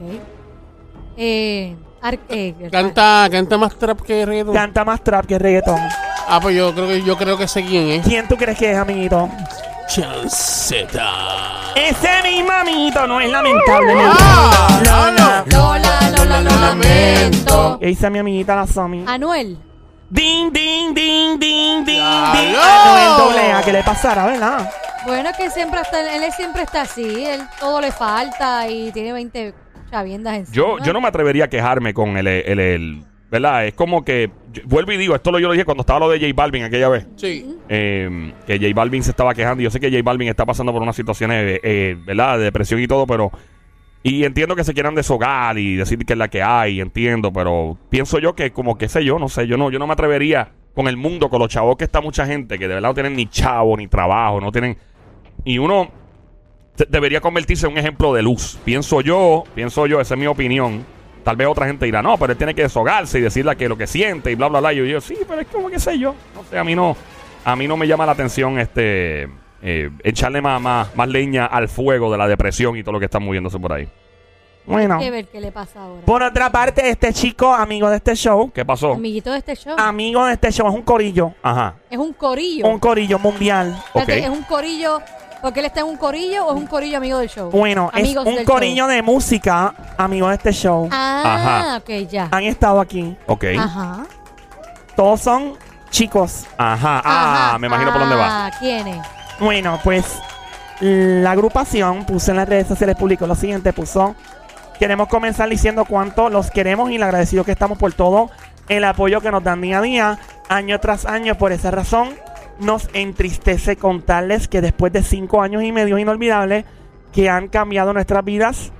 [SPEAKER 4] Eh, ar- eh,
[SPEAKER 7] Canta, canta más trap que reggaeton.
[SPEAKER 5] Canta más trap que reggaetón.
[SPEAKER 7] Ah, pues yo creo que yo creo que sé quién es.
[SPEAKER 5] ¿Quién tú crees que es, amiguito?
[SPEAKER 7] Chanceta.
[SPEAKER 5] Ese mismo amiguito no es lamentable. mi
[SPEAKER 7] Ah,
[SPEAKER 5] amor.
[SPEAKER 7] ah, no.
[SPEAKER 4] Lola, Lola, lo lamento.
[SPEAKER 5] ¿Qué dice mi amiguita la Somi?
[SPEAKER 4] Ah. Anuel.
[SPEAKER 5] Ding, ding, ding, ding, ding, ding.
[SPEAKER 7] ¡Diablo!
[SPEAKER 5] Ah, no, en doble A, que le pasara, ¿verdad?
[SPEAKER 4] Bueno, que siempre está, él siempre está así, él todo le falta y tiene 20 chaviendas encima.
[SPEAKER 1] Yo, yo no me atrevería a quejarme con el, el, el- ¿verdad? Es como que, yo- vuelvo y digo, esto lo yo lo dije cuando estaba lo de J Balvin aquella vez,
[SPEAKER 7] Sí.
[SPEAKER 1] eh, que J Balvin se estaba quejando, yo sé que J Balvin está pasando por unas situaciones, eh, eh, ¿verdad? De depresión y todo, pero... Y entiendo que se quieran deshogar y decir que es la que hay, entiendo, pero pienso yo que como que sé yo, no sé, yo no, yo no me atrevería con el mundo, con los chavos que está mucha gente, que de verdad no tienen ni chavo, ni trabajo, no tienen... Y uno se- debería convertirse en un ejemplo de luz. Pienso yo, pienso yo, esa es mi opinión. Tal vez otra gente dirá, no, pero él tiene que deshogarse y decirle que lo que siente y bla, bla, bla. Y yo, yo, sí, pero es como que sé yo. No sé, a mí no, a mí no me llama la atención este eh, echarle más, más, más leña al fuego de la depresión y todo lo que está moviéndose por ahí.
[SPEAKER 5] Bueno.
[SPEAKER 4] Hay que ver qué le pasa ahora.
[SPEAKER 5] Por otra parte, este chico, amigo de este show,
[SPEAKER 1] ¿Qué pasó?
[SPEAKER 4] Amiguito de este show.
[SPEAKER 5] amigo de este show, es un corillo.
[SPEAKER 1] Ajá.
[SPEAKER 4] Es un corillo.
[SPEAKER 5] Un corillo mundial.
[SPEAKER 4] Espérate,
[SPEAKER 1] ok.
[SPEAKER 4] Es un corillo. Porque él está en un corillo o es un corillo amigo del show.
[SPEAKER 5] Bueno,
[SPEAKER 4] Amigos
[SPEAKER 5] es un
[SPEAKER 4] del
[SPEAKER 5] corillo
[SPEAKER 4] show.
[SPEAKER 5] de música, amigo de este show.
[SPEAKER 4] Ah, ok, ya.
[SPEAKER 5] Han estado aquí.
[SPEAKER 1] Ok. Ajá.
[SPEAKER 4] Ajá.
[SPEAKER 5] Todos son chicos.
[SPEAKER 1] Ah,
[SPEAKER 4] Ajá.
[SPEAKER 1] me imagino por dónde va.
[SPEAKER 4] Ah, ¿quién es?
[SPEAKER 5] Bueno, pues la agrupación puso en las redes sociales, publicó lo siguiente, puso, queremos comenzar diciendo cuánto los queremos y le agradecido que estamos por todo el apoyo que nos dan día a día, año tras año, por esa razón nos entristece contarles que después de cinco años y medio inolvidables que han cambiado nuestras vidas,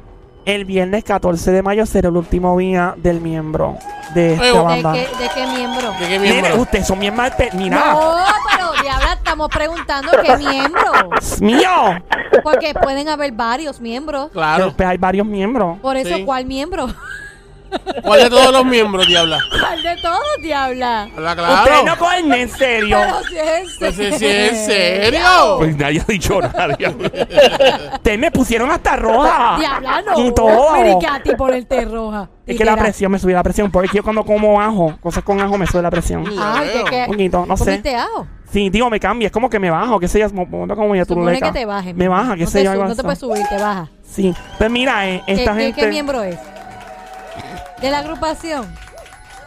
[SPEAKER 5] el viernes 14 de mayo será el último día del miembro de esta
[SPEAKER 7] Oye, ¿de
[SPEAKER 4] ¿De
[SPEAKER 5] banda.
[SPEAKER 4] qué, de qué miembro?
[SPEAKER 7] ¿De qué
[SPEAKER 5] Mire,
[SPEAKER 7] miembro?
[SPEAKER 5] ustedes son bien mal... pe- Mira,
[SPEAKER 4] No, pero diabla, estamos preguntando qué miembro.
[SPEAKER 5] Dios mío.
[SPEAKER 4] Porque pueden haber varios miembros.
[SPEAKER 7] Claro.
[SPEAKER 5] Pues hay varios miembros.
[SPEAKER 4] Por eso,
[SPEAKER 7] Sí.
[SPEAKER 4] ¿cuál miembro? (laughs)
[SPEAKER 7] ¿Cuál de todos los miembros, diabla?
[SPEAKER 4] ¿Cuál de todos, diabla?
[SPEAKER 7] Habla
[SPEAKER 5] Ustedes no
[SPEAKER 7] claro.
[SPEAKER 5] cogen en serio.
[SPEAKER 4] (laughs) Pero si es en
[SPEAKER 7] Pues
[SPEAKER 4] serio.
[SPEAKER 7] si es en serio.
[SPEAKER 1] Pues nadie ha dicho (laughs) nada. diablo.
[SPEAKER 5] Ustedes me pusieron hasta roja.
[SPEAKER 4] Diabla, no.
[SPEAKER 5] Y ah, todo.
[SPEAKER 4] Mira, y Katy, ponerte roja.
[SPEAKER 5] Es que la
[SPEAKER 4] Literal.
[SPEAKER 5] presión me subió la presión. Porque yo cuando como ajo, cosas con ajo me sube la presión.
[SPEAKER 4] Ay, que, que-
[SPEAKER 5] Un poquito, no sé.
[SPEAKER 4] ¿Comiste ajo?
[SPEAKER 5] Sí, digo, me cambia. Es como que me bajo, qué sé yo. me pongo como ya
[SPEAKER 4] Supone
[SPEAKER 5] turuleca.
[SPEAKER 4] que te baje.
[SPEAKER 5] Me baja, qué
[SPEAKER 4] no
[SPEAKER 5] sé
[SPEAKER 4] te
[SPEAKER 5] yo.
[SPEAKER 4] sub-
[SPEAKER 5] algo
[SPEAKER 4] No te
[SPEAKER 5] así.
[SPEAKER 4] puedes subir, te baja.
[SPEAKER 5] Sí. Pues mira, eh,
[SPEAKER 4] ¿Qué,
[SPEAKER 5] esta
[SPEAKER 4] qué-
[SPEAKER 5] gente
[SPEAKER 4] qué miembro es? De la agrupación.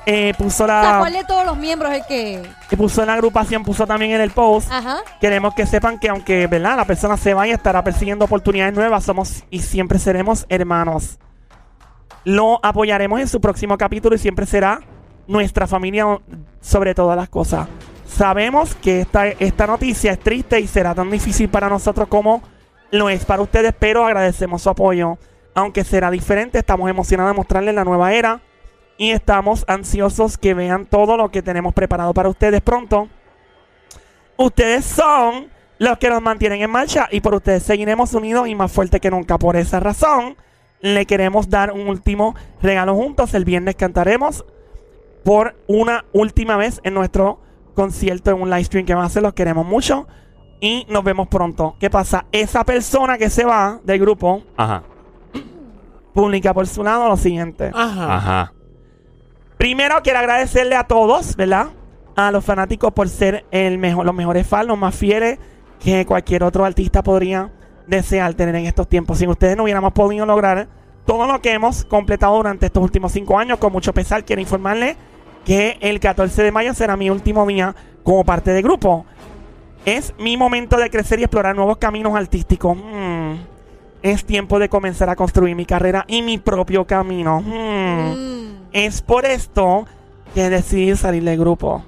[SPEAKER 5] eh, puso
[SPEAKER 4] O sea,
[SPEAKER 5] la
[SPEAKER 4] ¿cuál de todos los miembros es el que...?
[SPEAKER 5] eh, puso en la agrupación, puso también en el post.
[SPEAKER 4] Ajá.
[SPEAKER 5] Queremos que sepan que aunque verdad la persona se vaya estará persiguiendo oportunidades nuevas, somos y siempre seremos hermanos. Lo apoyaremos en su próximo capítulo y siempre será nuestra familia o- sobre todas las cosas. Sabemos que esta, esta noticia es triste y será tan difícil para nosotros como lo es para ustedes, pero agradecemos su apoyo. Aunque será diferente, estamos emocionados de mostrarles la nueva era y estamos ansiosos que vean todo lo que tenemos preparado para ustedes pronto. Ustedes son los que nos mantienen en marcha y por ustedes seguiremos unidos y más fuerte que nunca. Por esa razón, le queremos dar un último regalo juntos. El viernes cantaremos por una última vez en nuestro concierto, en un live stream que va a hacer. Los queremos mucho y nos vemos pronto. ¿Qué pasa? Esa persona que se va del grupo
[SPEAKER 1] Ajá.
[SPEAKER 5] publica por su lado lo siguiente.
[SPEAKER 7] Ajá.
[SPEAKER 1] Ajá.
[SPEAKER 5] Primero quiero agradecerle a todos, ¿verdad? A los fanáticos por ser el mejor, los mejores fans, los más fieles que cualquier otro artista podría desear tener en estos tiempos. Sin ustedes no hubiéramos podido lograr todo lo que hemos completado durante estos últimos cinco años. Con mucho pesar quiero informarle que el 14 de mayo será mi último día como parte del grupo. Es mi momento de crecer y explorar nuevos caminos artísticos. Mm. Es tiempo de comenzar a construir mi carrera y mi propio camino. Mm.
[SPEAKER 4] Mm.
[SPEAKER 5] Es por esto que decidí salir del grupo.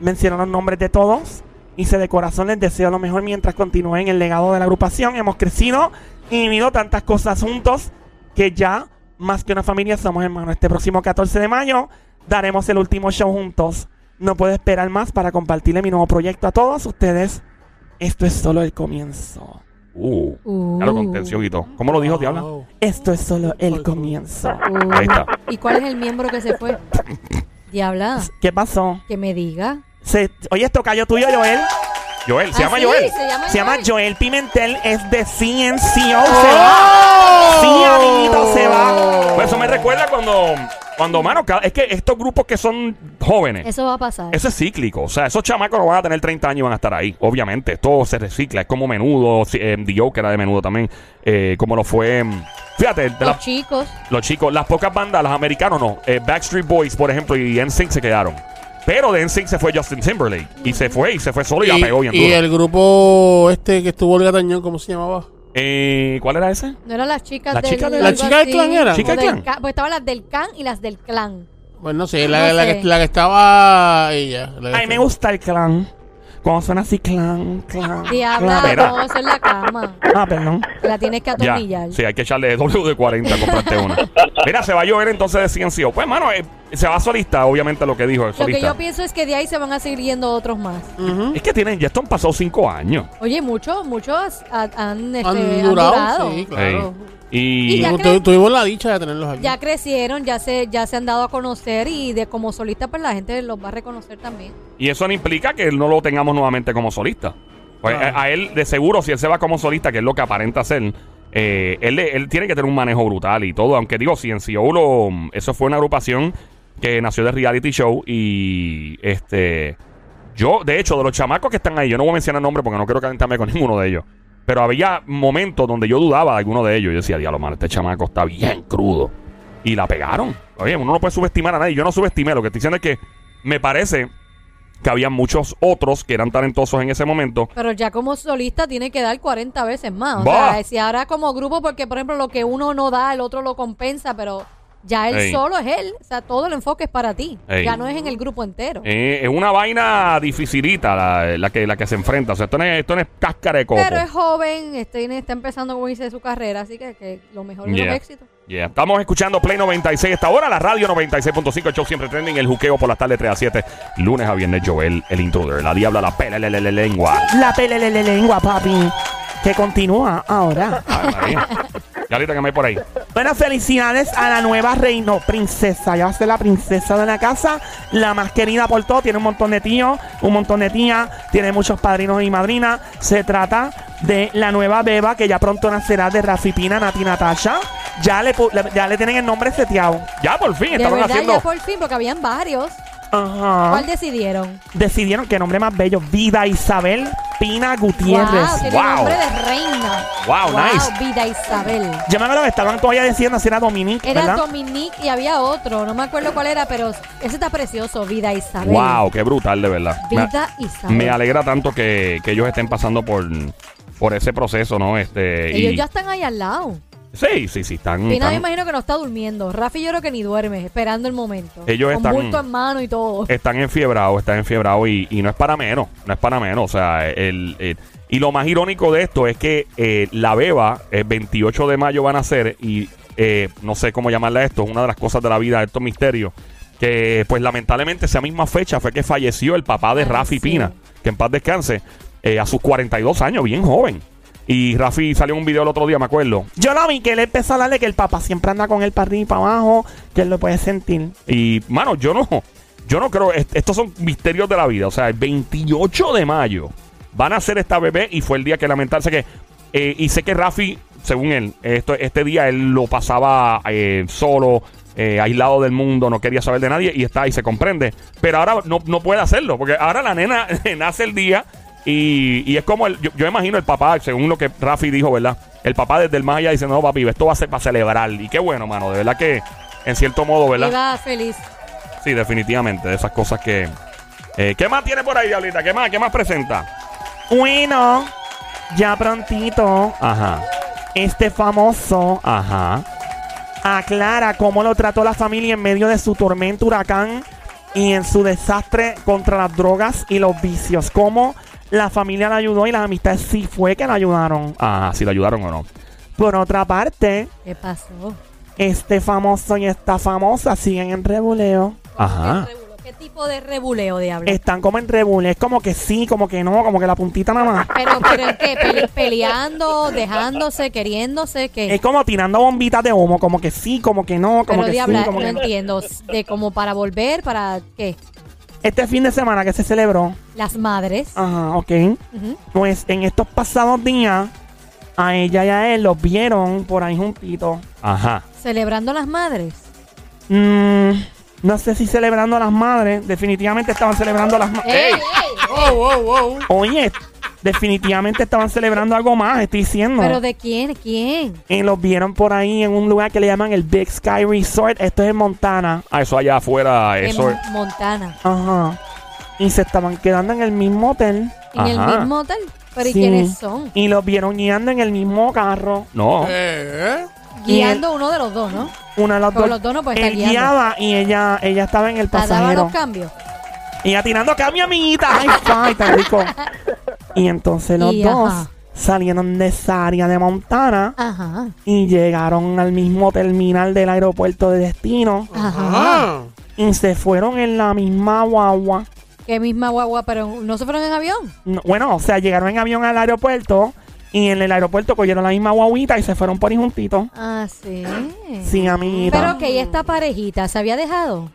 [SPEAKER 5] Menciono los nombres de todos y se de corazón les deseo lo mejor mientras continúen el legado de la agrupación. Hemos crecido y vivido tantas cosas juntos que ya más que una familia somos hermanos. Este próximo 14 de mayo daremos el último show juntos. No puedo esperar más para compartirle mi nuevo proyecto a todos ustedes Esto es solo el comienzo.
[SPEAKER 1] Uh,
[SPEAKER 4] Uh.
[SPEAKER 1] claro, contención y todo. ¿Cómo lo dijo Diabla?
[SPEAKER 5] Esto es solo el comienzo.
[SPEAKER 4] Uh,
[SPEAKER 1] Ahí está.
[SPEAKER 4] ¿Y cuál es el miembro que se fue? Diabla,
[SPEAKER 5] ¿Qué pasó?
[SPEAKER 4] que me diga.
[SPEAKER 5] Se, oye, esto cayó tuyo, Joel.
[SPEAKER 1] Joel, se
[SPEAKER 4] Ah,
[SPEAKER 1] llama
[SPEAKER 4] sí,
[SPEAKER 1] Joel.
[SPEAKER 4] Se llama
[SPEAKER 5] Se llama
[SPEAKER 4] Joel.
[SPEAKER 5] Joel Pimentel, es de CNCO. Se va. Sí, amiguito, se va.
[SPEAKER 1] Pues eso me recuerda cuando, cuando mano, cada- es que estos grupos que son jóvenes,
[SPEAKER 4] Eso va a pasar.
[SPEAKER 1] eso es cíclico. O sea, esos chamacos no van a tener 30 años y van a estar ahí. Obviamente, todo se recicla. Es como menudo, si- eh, The Joke era de menudo también. eh, como lo fue. mm, Fíjate, de
[SPEAKER 4] Los
[SPEAKER 1] la-
[SPEAKER 4] chicos.
[SPEAKER 1] los chicos, las pocas bandas, las americanos no. eh, Backstreet Boys, por ejemplo, y NSYNC se quedaron. Pero de NSYNC se fue Justin Timberlake. Y se fue, y se fue solo y, la pegó bien
[SPEAKER 7] y
[SPEAKER 1] duro.
[SPEAKER 7] el grupo este que estuvo Olga Tañón, ¿cómo se llamaba?
[SPEAKER 1] Eh, ¿Cuál era ese?
[SPEAKER 4] No eran las chicas
[SPEAKER 1] ¿La
[SPEAKER 4] del
[SPEAKER 1] chica de-
[SPEAKER 7] ¿La
[SPEAKER 4] algo
[SPEAKER 7] chica del
[SPEAKER 4] así,
[SPEAKER 7] clan era?
[SPEAKER 1] ¿Chica
[SPEAKER 4] o
[SPEAKER 1] del
[SPEAKER 4] del
[SPEAKER 1] clan?
[SPEAKER 4] ca- Pues estaban las del clan y las del clan.
[SPEAKER 7] Bueno, no sé, la,
[SPEAKER 4] No
[SPEAKER 7] la
[SPEAKER 4] sé.
[SPEAKER 7] que, la que estaba ella. la que
[SPEAKER 5] Ay, me
[SPEAKER 7] estaba-
[SPEAKER 5] gusta el clan. Cuando suena así, clan, clan.
[SPEAKER 4] Diabla,
[SPEAKER 5] clan.
[SPEAKER 1] Espera.
[SPEAKER 4] no, eso es la cama.
[SPEAKER 5] Ah, perdón.
[SPEAKER 4] La tienes que
[SPEAKER 1] Ya,
[SPEAKER 4] atornillar.
[SPEAKER 1] Ah, sí, hay que echarle (laughs) W de 40 comprarte una. Mira, se va a llover entonces de CNCO. Pues, mano, eh, se va solista, obviamente, lo que dijo el
[SPEAKER 4] Lo que
[SPEAKER 1] solista.
[SPEAKER 4] yo pienso es que de ahí se van a seguir yendo otros más.
[SPEAKER 7] Mm.
[SPEAKER 1] es que tienen, ya esto han pasado 5 años.
[SPEAKER 4] Oye, muchos, muchos han, han, este,
[SPEAKER 7] Han
[SPEAKER 4] han
[SPEAKER 7] durado,
[SPEAKER 4] durado.
[SPEAKER 7] sí, claro.
[SPEAKER 1] Ey. Y,
[SPEAKER 4] Y ya-
[SPEAKER 7] Tu-
[SPEAKER 4] creo-
[SPEAKER 7] Tuvimos la dicha de tenerlos aquí.
[SPEAKER 4] Ya crecieron, ya se, ya se han dado a conocer y de como solista pues la gente los va a reconocer también.
[SPEAKER 1] y eso no implica que no lo tengamos nuevamente como solista. Pues,
[SPEAKER 7] Claro.
[SPEAKER 1] a, a él, de seguro, si él se va como solista, que es lo que aparenta ser, eh, él, le- él tiene que tener un manejo brutal y todo. Aunque digo, CNCO, lo, eso fue una agrupación que nació de reality show y este... Yo, de hecho, de los chamacos que están ahí, yo no voy a mencionar nombres porque no quiero calentarme con (laughs) ninguno de ellos. Pero había momentos donde yo dudaba de alguno de ellos. Yo decía, diablo, mano, este chamaco está bien crudo. Y la pegaron. Oye, uno no puede subestimar a nadie. Yo no subestimé. Lo que estoy diciendo es que me parece que había muchos otros que eran talentosos en ese momento.
[SPEAKER 4] Pero ya como solista tiene que dar 40 veces más. O
[SPEAKER 1] Bah.
[SPEAKER 4] sea, si ahora como grupo, porque por ejemplo lo que uno no da, el otro lo compensa, pero ya él
[SPEAKER 1] Ey.
[SPEAKER 4] solo es él. O sea, todo el enfoque es para ti.
[SPEAKER 1] Ey.
[SPEAKER 4] Ya no es en el grupo entero.
[SPEAKER 1] Eh, es una vaina dificilita la, la que, la que se enfrenta. O sea, esto no es, esto no es cáscara de coco.
[SPEAKER 4] Pero es joven, este, tiene- está empezando como dice su carrera, así que, que lo mejor de
[SPEAKER 1] Yeah.
[SPEAKER 4] los éxitos.
[SPEAKER 1] Yeah. Estamos escuchando Play 96 esta hora, la radio 96.5, el show siempre trending, el juqueo por las tardes 3 a 7, lunes a viernes, Joel, el intruder, la diabla, la pela, la, la, la lengua.
[SPEAKER 4] (laughs)
[SPEAKER 5] La pelelele lengua, papi. Que continúa ahora.
[SPEAKER 1] Ay, María. Ya ahorita que me hay por ahí.
[SPEAKER 5] Bueno, felicidades a la nueva reino princesa. Ya va a ser la princesa de la casa, la más querida por todo. Tiene un montón de tíos, un montón de tías, tiene muchos padrinos y madrinas. Se trata de la nueva beba que ya pronto nacerá de Rafi Pina, Nati Natasha. Ya le, pu- le- ya le tienen el nombre seteado.
[SPEAKER 1] Ya por fin,
[SPEAKER 4] De
[SPEAKER 1] estamos
[SPEAKER 4] verdad,
[SPEAKER 1] haciendo. ¿Ah?
[SPEAKER 4] ya por fin, porque habían varios.
[SPEAKER 5] Ajá.
[SPEAKER 4] ¿Cuál decidieron?
[SPEAKER 5] Decidieron que nombre más bello, Vida Isabel Pina Gutiérrez.
[SPEAKER 4] Wow, tiene
[SPEAKER 1] Wow.
[SPEAKER 4] nombre de reina.
[SPEAKER 1] Wow, nice.
[SPEAKER 4] Vida Isabel.
[SPEAKER 5] Yo me acuerdo que estaban todavía diciendo si era Dominique,
[SPEAKER 4] Era
[SPEAKER 5] ¿verdad?
[SPEAKER 4] Dominique y había otro, no me acuerdo cuál era, pero ese está precioso, Vida Isabel.
[SPEAKER 1] Wow, qué brutal, de verdad.
[SPEAKER 4] Vida
[SPEAKER 1] me,
[SPEAKER 4] Isabel.
[SPEAKER 1] me alegra tanto que, que ellos estén pasando por, por ese proceso, ¿no? Este,
[SPEAKER 4] Ellos
[SPEAKER 1] y-
[SPEAKER 4] ya están ahí al lado.
[SPEAKER 1] Sí, sí, sí, Mm, están.
[SPEAKER 4] Pina me
[SPEAKER 1] están-
[SPEAKER 4] imagino que no está durmiendo. Rafi yo creo que ni duerme, esperando el momento.
[SPEAKER 1] Ellos
[SPEAKER 4] Con
[SPEAKER 1] están-
[SPEAKER 4] bulto en mano y todo.
[SPEAKER 1] están enfiebrados, están enfiebrados y, y no es para menos, no es para menos. O sea, el, el- y lo más irónico de esto es que eh, la beba, el 28 de mayo van a ser, y eh, no sé cómo llamarla esto, es una de las cosas de la vida, estos misterios, que pues lamentablemente esa misma fecha fue que falleció el papá de
[SPEAKER 4] Ah,
[SPEAKER 1] Rafi
[SPEAKER 4] sí.
[SPEAKER 1] Pina, que en paz descanse, eh, a sus 42 años, bien joven. Y Rafi salió en un video el otro día, me acuerdo,
[SPEAKER 5] Yo lo vi que él empezó a hablarle que el papá siempre anda con él para arriba y para abajo, que él lo puede sentir.
[SPEAKER 1] Y, mano, yo no. Yo no creo. est- Estos son misterios de la vida. O sea, el 28 de mayo van a hacer esta bebé y fue el día que lamentarse que. eh, y sé que Rafi, según él, esto, este día él lo pasaba eh, solo, eh, aislado del mundo, no quería saber de nadie y está ahí, se comprende. Pero ahora no, no puede hacerlo, porque ahora la nena (laughs) nace el día y, y es como el, yo, yo imagino el papá, según lo que Rafi dijo, ¿verdad? El papá desde el más allá dice, no, papi, esto va a ser para celebrar. Y qué bueno, mano, de verdad que en cierto modo, ¿verdad?
[SPEAKER 4] Viva feliz.
[SPEAKER 1] Sí, definitivamente, de esas cosas que... eh, ¿Qué más tiene por ahí, Diablita? ¿Qué más? ¿Qué más presenta?
[SPEAKER 5] Bueno, ya prontito,
[SPEAKER 1] Ajá,
[SPEAKER 5] este famoso
[SPEAKER 1] ajá.
[SPEAKER 5] aclara cómo lo trató la familia en medio de su tormento huracán y en su desastre contra las drogas y los vicios. Cómo la familia la ayudó y las amistades sí fue que la ayudaron.
[SPEAKER 1] Ajá, si lo ayudaron o no.
[SPEAKER 5] Por otra parte,
[SPEAKER 4] ¿Qué pasó?
[SPEAKER 5] este famoso y esta famosa siguen en revoleo.
[SPEAKER 1] Ajá.
[SPEAKER 4] ¿Qué tipo de rebuleo, diablo?
[SPEAKER 5] Están como en rebule. Es como que sí, como que no, como que la puntita nada más.
[SPEAKER 4] Pero, pero ¿en qué? Pele- peleando, dejándose, queriéndose, ¿qué?
[SPEAKER 5] Es como tirando bombitas de humo, como que sí, como que no, como
[SPEAKER 4] Pero
[SPEAKER 5] que
[SPEAKER 4] diabla,
[SPEAKER 5] sí, como
[SPEAKER 4] no
[SPEAKER 5] que no.
[SPEAKER 4] entiendo. De como para volver, para qué?
[SPEAKER 5] Este fin de semana que se celebró,
[SPEAKER 4] Las madres.
[SPEAKER 5] ajá, ok,
[SPEAKER 4] Ujú.
[SPEAKER 5] pues en estos pasados días, a ella y a él los vieron por ahí juntitos.
[SPEAKER 1] Ajá.
[SPEAKER 4] Celebrando las madres.
[SPEAKER 5] Mm, no sé si celebrando a las madres, definitivamente estaban celebrando a las madres.
[SPEAKER 4] ¡Ey!
[SPEAKER 7] Wow, wow, wow.
[SPEAKER 5] Oye, definitivamente estaban celebrando algo más, estoy diciendo.
[SPEAKER 4] ¿Pero de quién? ¿Quién?
[SPEAKER 5] Y los vieron por ahí en un lugar que le llaman el Big Sky Resort. Esto es en Montana.
[SPEAKER 1] Ah, eso allá afuera, eso.
[SPEAKER 4] En Montana.
[SPEAKER 5] Ajá. Y se estaban quedando en el mismo hotel.
[SPEAKER 4] En
[SPEAKER 1] Ajá.
[SPEAKER 4] el mismo hotel. ¿Pero y
[SPEAKER 5] Sí.
[SPEAKER 4] quiénes son?
[SPEAKER 5] Y los vieron guiando en el mismo carro.
[SPEAKER 1] No.
[SPEAKER 7] Eh,
[SPEAKER 4] Guiando uno de los dos, ¿no?
[SPEAKER 5] Una de las
[SPEAKER 4] Pero
[SPEAKER 5] dos.
[SPEAKER 4] los dos no pueden
[SPEAKER 5] Él
[SPEAKER 4] estar guiando.
[SPEAKER 5] guiaba y ella, ella estaba en el
[SPEAKER 4] Ah, Daba
[SPEAKER 5] pasajero.
[SPEAKER 4] los cambios.
[SPEAKER 5] Y ella tirando cambio, amiguita. Ay, ay,
[SPEAKER 4] (laughs)
[SPEAKER 5] tan rico. Y entonces los
[SPEAKER 4] Y
[SPEAKER 5] dos
[SPEAKER 4] ajá.
[SPEAKER 5] salieron de esa área de Montana
[SPEAKER 4] Ajá.
[SPEAKER 5] y llegaron al mismo terminal del aeropuerto de destino
[SPEAKER 4] Ajá.
[SPEAKER 7] Ah.
[SPEAKER 5] y se fueron en la misma guagua.
[SPEAKER 4] Qué misma guagua, pero no se fueron en avión.
[SPEAKER 5] No, bueno, o sea, llegaron en avión al aeropuerto y en el aeropuerto cogieron la misma guaguita y se fueron por ahí juntitos.
[SPEAKER 4] Ah, sí.
[SPEAKER 5] Sí, amiguita.
[SPEAKER 4] Pero que esta parejita se había dejado.